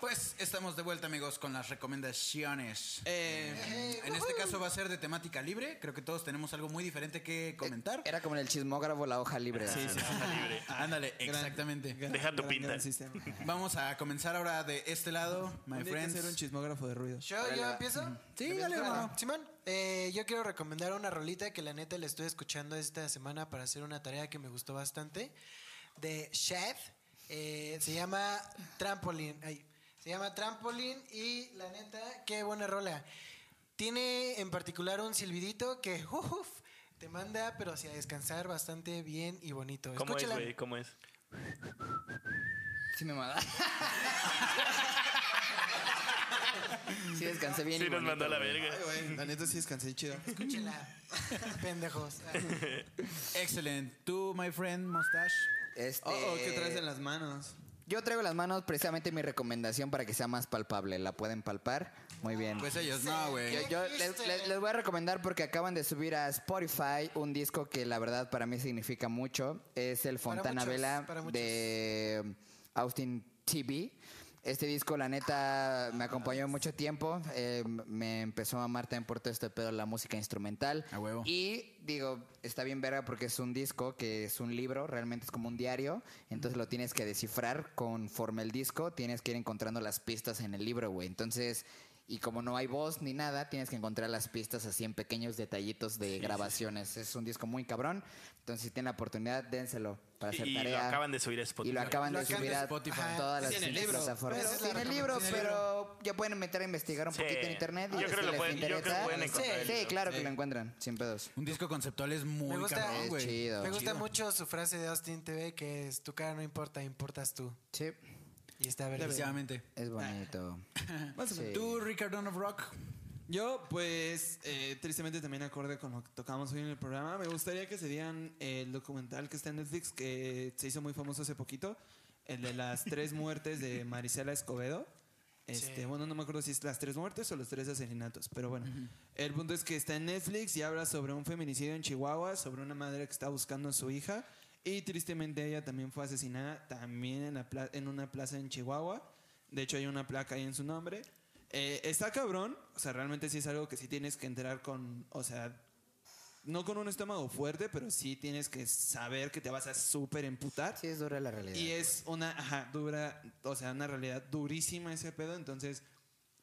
Speaker 2: Pues estamos de vuelta, amigos, con las recomendaciones. Eh, en este caso va a ser de temática libre. Creo que todos tenemos algo muy diferente que comentar. Ah,
Speaker 4: Era como en el chismógrafo la hoja libre.
Speaker 1: Sí, sí, sí.
Speaker 3: libre.
Speaker 2: Ándale,
Speaker 1: Gran-
Speaker 2: exactamente.
Speaker 1: gran-
Speaker 3: Deja tu
Speaker 1: gran-
Speaker 3: pinta.
Speaker 1: gran sistema.
Speaker 2: Vamos a comenzar ahora de este lado, my
Speaker 1: Un día hay que
Speaker 2: friends.
Speaker 1: hacer un chismógrafo de ruidos.
Speaker 5: ¿Yo, yo empiezo?
Speaker 2: Sí, dale,
Speaker 5: Bueno,
Speaker 2: hermano.
Speaker 5: Simón, eh, yo quiero recomendar una rolita que la neta le estuve escuchando esta semana para hacer una tarea que me gustó bastante. De Shad. eh, se llama Trampoline. Ay, se llama Trampoline y la neta, qué buena rola. Tiene en particular un silbidito que uf, te manda, pero hacia descansar bastante bien y bonito.
Speaker 3: ¿Cómo
Speaker 5: Escúchala.
Speaker 3: es, güey? ¿Cómo es?
Speaker 4: Sí, me manda. sí, descansé bien.
Speaker 3: Sí,
Speaker 4: y
Speaker 3: nos
Speaker 4: bonito,
Speaker 3: mandó a la
Speaker 4: güey.
Speaker 3: verga.
Speaker 1: Ay, güey, La neta sí descansé chido.
Speaker 5: Escúchala. Pendejos.
Speaker 2: Excelente. Tú, my friend, mustache.
Speaker 4: Este,
Speaker 1: Oh, oh, ¿qué traes en las manos?
Speaker 4: Yo traigo las manos precisamente mi recomendación para que sea más palpable. ¿La pueden palpar? Muy bien.
Speaker 2: Pues ellos no,
Speaker 4: Yo,
Speaker 2: güey.
Speaker 4: yo les, les- les voy a recomendar porque acaban de subir a Spotify un disco que la verdad para mí significa mucho. Es el
Speaker 5: Para
Speaker 4: Fontana
Speaker 5: muchos,
Speaker 4: Vela
Speaker 5: para muchos.
Speaker 4: de Austin TV. Este disco, la neta, me acompañó mucho tiempo. Eh, me empezó a amar también por todo este pedo la música instrumental.
Speaker 2: A huevo.
Speaker 4: Y digo, está bien verga porque es un disco que es un libro, realmente es como un diario. Entonces lo tienes que descifrar conforme el disco. Tienes que ir encontrando las pistas en el libro, güey. Entonces, y como no hay voz ni nada, tienes que encontrar las pistas así en pequeños detallitos de grabaciones. Es un disco muy cabrón. Entonces, si tienen la oportunidad, dénselo para hacer
Speaker 3: Y lo
Speaker 4: tarea.
Speaker 3: acaban de subir a
Speaker 4: Y lo
Speaker 3: Spotify.
Speaker 4: acaban
Speaker 2: Lo
Speaker 4: de
Speaker 2: acaban
Speaker 4: subir
Speaker 2: de
Speaker 4: a
Speaker 2: Spotify.
Speaker 4: a todas las
Speaker 1: Sí, en el libro.
Speaker 4: plataformas.
Speaker 5: Pero
Speaker 4: Sí,
Speaker 5: esa es la
Speaker 4: en el libro,
Speaker 5: recomendación.
Speaker 4: pero ya pueden meter a investigar un
Speaker 3: Sí.
Speaker 4: poquito en internet. y
Speaker 3: Yo creo que
Speaker 4: si
Speaker 3: lo
Speaker 4: les
Speaker 3: pueden- yo creo que
Speaker 4: interesa, este,
Speaker 3: pueden encontrar el
Speaker 4: Sí,
Speaker 3: libro.
Speaker 4: claro que
Speaker 1: Sí.
Speaker 4: lo encuentran, sin pedos.
Speaker 2: Un disco conceptual es muy
Speaker 5: Me gusta,
Speaker 2: cabrón,
Speaker 5: es
Speaker 2: güey.
Speaker 4: chido.
Speaker 5: Me gusta
Speaker 2: Chido.
Speaker 5: mucho su frase de Austin TV que es tu cara no importa, importas tú.
Speaker 4: Sí,
Speaker 5: Y está verdad.
Speaker 2: Efectivamente.
Speaker 4: es bonito.
Speaker 1: Más o menos.
Speaker 4: Sí.
Speaker 2: Tú, Ricardo of Rock.
Speaker 1: Yo, pues, eh, tristemente también acorde con lo que tocamos hoy en el programa, me gustaría que se dieran el documental que está en Netflix, que se hizo muy famoso hace poquito, el de las tres muertes de Marisela Escobedo. Este,
Speaker 5: Sí.
Speaker 1: Bueno, no me acuerdo si es las tres muertes o los tres asesinatos, pero bueno. El punto es que está en Netflix y habla sobre un feminicidio en Chihuahua, sobre una madre que está buscando a su hija y tristemente ella también fue asesinada también en, la pla- en una plaza en Chihuahua. De hecho, hay una placa ahí en su nombre. Eh, está cabrón, o sea, realmente sí es algo que sí tienes que entrar con, o sea, no con un estómago fuerte, pero sí tienes que saber que te vas a súper emputar.
Speaker 4: Sí, es dura la realidad.
Speaker 1: Y es una, ajá, dura, o sea, una realidad durísima ese pedo, entonces...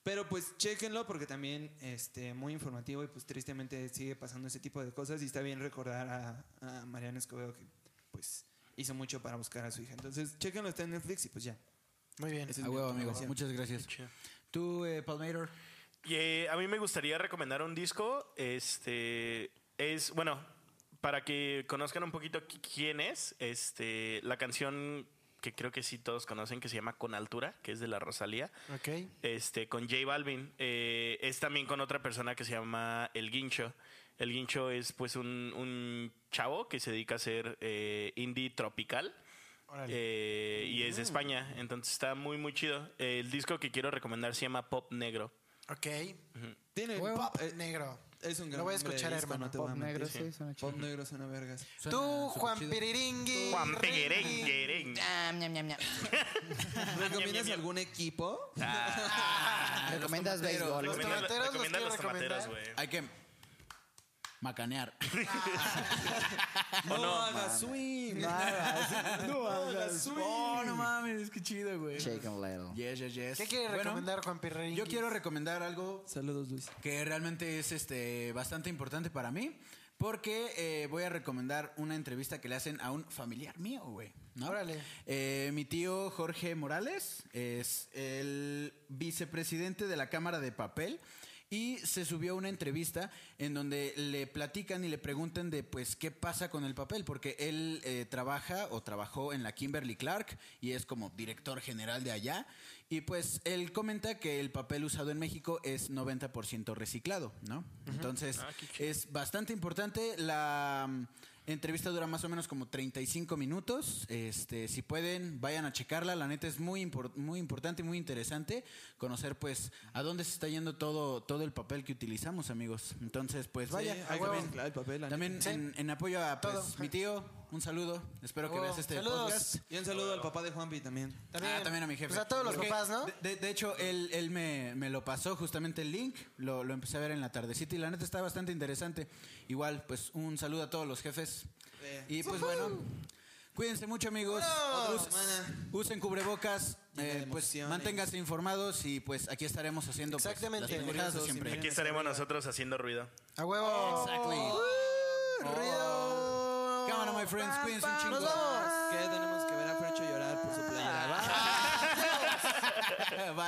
Speaker 1: Pero pues chéquenlo porque también este muy informativo y pues tristemente sigue pasando ese tipo de cosas y está bien recordar a, a Mariana Escobedo que pues hizo mucho para buscar a su hija. Entonces chéquenlo, está en Netflix y pues ya.
Speaker 5: Muy bien.
Speaker 1: Esa es
Speaker 2: A
Speaker 1: mi
Speaker 2: huevo, amigo.
Speaker 1: recomendación.
Speaker 2: Muchas gracias.
Speaker 3: Chido.
Speaker 2: Tú, eh, Palmator.
Speaker 3: Y, eh, a mí me gustaría recomendar un disco. Este es, bueno, para que conozcan un poquito qui- quién es, este, la canción que creo que sí todos conocen, que se llama Con Altura, que es de la Rosalía,
Speaker 5: Ok.
Speaker 3: este, con J Balvin. eh, es también con otra persona que se llama El Guincho. El Guincho es pues un, un chavo que se dedica a hacer eh, indie tropical.
Speaker 5: Órale.
Speaker 3: Eh, y es de España, entonces está muy, muy chido. El disco que quiero recomendar se llama Pop Negro.
Speaker 5: ok.
Speaker 1: Tiene
Speaker 4: Huevo.
Speaker 1: pop,
Speaker 5: Pop
Speaker 1: eh,
Speaker 5: negro.
Speaker 1: es un gran
Speaker 5: Lo voy a
Speaker 1: nombre de
Speaker 5: escuchar,
Speaker 1: disco,
Speaker 5: hermano.
Speaker 1: no te voy
Speaker 4: Pop
Speaker 1: a mentir.
Speaker 4: negro, sí, suena chido.
Speaker 1: Pop negro suena vergas.
Speaker 2: Suena
Speaker 5: Tú,
Speaker 2: súper
Speaker 5: Juan
Speaker 2: chido.
Speaker 5: Piriringui.
Speaker 3: Juan
Speaker 5: Ringui.
Speaker 3: Peguerengue.
Speaker 4: Ah, ñam, ñam, ñam.
Speaker 1: ¿Recomiendas algún equipo?
Speaker 2: Ah, los
Speaker 4: ¿Recomiendas
Speaker 2: tomateros.
Speaker 4: béisbol?
Speaker 5: Los
Speaker 3: Recomienda,
Speaker 5: tomateros los
Speaker 3: recomienda
Speaker 5: quiero
Speaker 3: los tomateros, güey.
Speaker 5: recomendar.
Speaker 2: Hay que macanear.
Speaker 5: Ah,
Speaker 1: No, hagas swing.
Speaker 4: No hagas- no hagas-
Speaker 2: Oh, no mames, qué chido, güey.
Speaker 4: Shake and little.
Speaker 2: Yes, yes, yes.
Speaker 5: ¿Qué quiere
Speaker 2: Bueno,
Speaker 5: recomendar Juan Piriringui?
Speaker 2: Yo quiero recomendar algo
Speaker 1: Saludos, Luis.
Speaker 2: que realmente es este bastante importante para mí. Porque eh, voy a recomendar una entrevista que le hacen a un familiar mío, güey. ¿no?
Speaker 5: Órale.
Speaker 2: Eh, mi tío Jorge Morales es el vicepresidente de la Cámara de Papel. Y se subió una entrevista en donde le platican y le preguntan de pues qué pasa con el papel, porque él eh, trabaja o trabajó en la Kimberly Clark y es como director general de allá. Y pues él comenta que el papel usado en México es 90% reciclado, ¿no? Entonces es bastante importante. La mm, entrevista dura más o menos como 35 minutos. Este, si pueden, vayan a checarla. La neta es muy, impor- muy importante y muy interesante conocer pues a dónde se está yendo todo, todo el papel que utilizamos, amigos. Entonces, pues vaya.
Speaker 1: Sí,
Speaker 2: a
Speaker 1: hay que
Speaker 2: huevo.
Speaker 1: mezclar el papel. la neta.
Speaker 2: También en, en apoyo a pues,
Speaker 5: Todo.
Speaker 2: mi tío Un saludo. Espero que
Speaker 5: Oh,
Speaker 2: veas este
Speaker 5: saludos.
Speaker 2: podcast.
Speaker 1: Y un saludo al papá de Juanpi también.
Speaker 5: También.
Speaker 2: Ah, también a mi jefe.
Speaker 5: Pues a todos los
Speaker 2: Porque,
Speaker 5: papás, ¿no?
Speaker 2: de- De, de hecho, él, él me, me lo pasó justamente el link, lo, lo empecé a ver en la tardecita y la neta está bastante interesante. Igual, pues un saludo a todos los jefes. Y pues bueno, cuídense mucho amigos, Us- usen cubrebocas,
Speaker 1: Llena de
Speaker 2: eh, pues
Speaker 1: emociones.
Speaker 2: manténganse informados y pues aquí estaremos haciendo pues,
Speaker 5: Exactamente.
Speaker 2: las pendejadas de
Speaker 5: Curiosos,
Speaker 2: siempre.
Speaker 3: Aquí estaremos nosotros haciendo ruido.
Speaker 5: A huevo.
Speaker 2: Exactly. Oh.
Speaker 5: Uh, ruido.
Speaker 2: Cámara, my friends, cuídense un chingo.
Speaker 5: Nos vamos.
Speaker 2: Ah,
Speaker 1: Que tenemos que ver a Fercho llorar por su playa.
Speaker 2: Bye.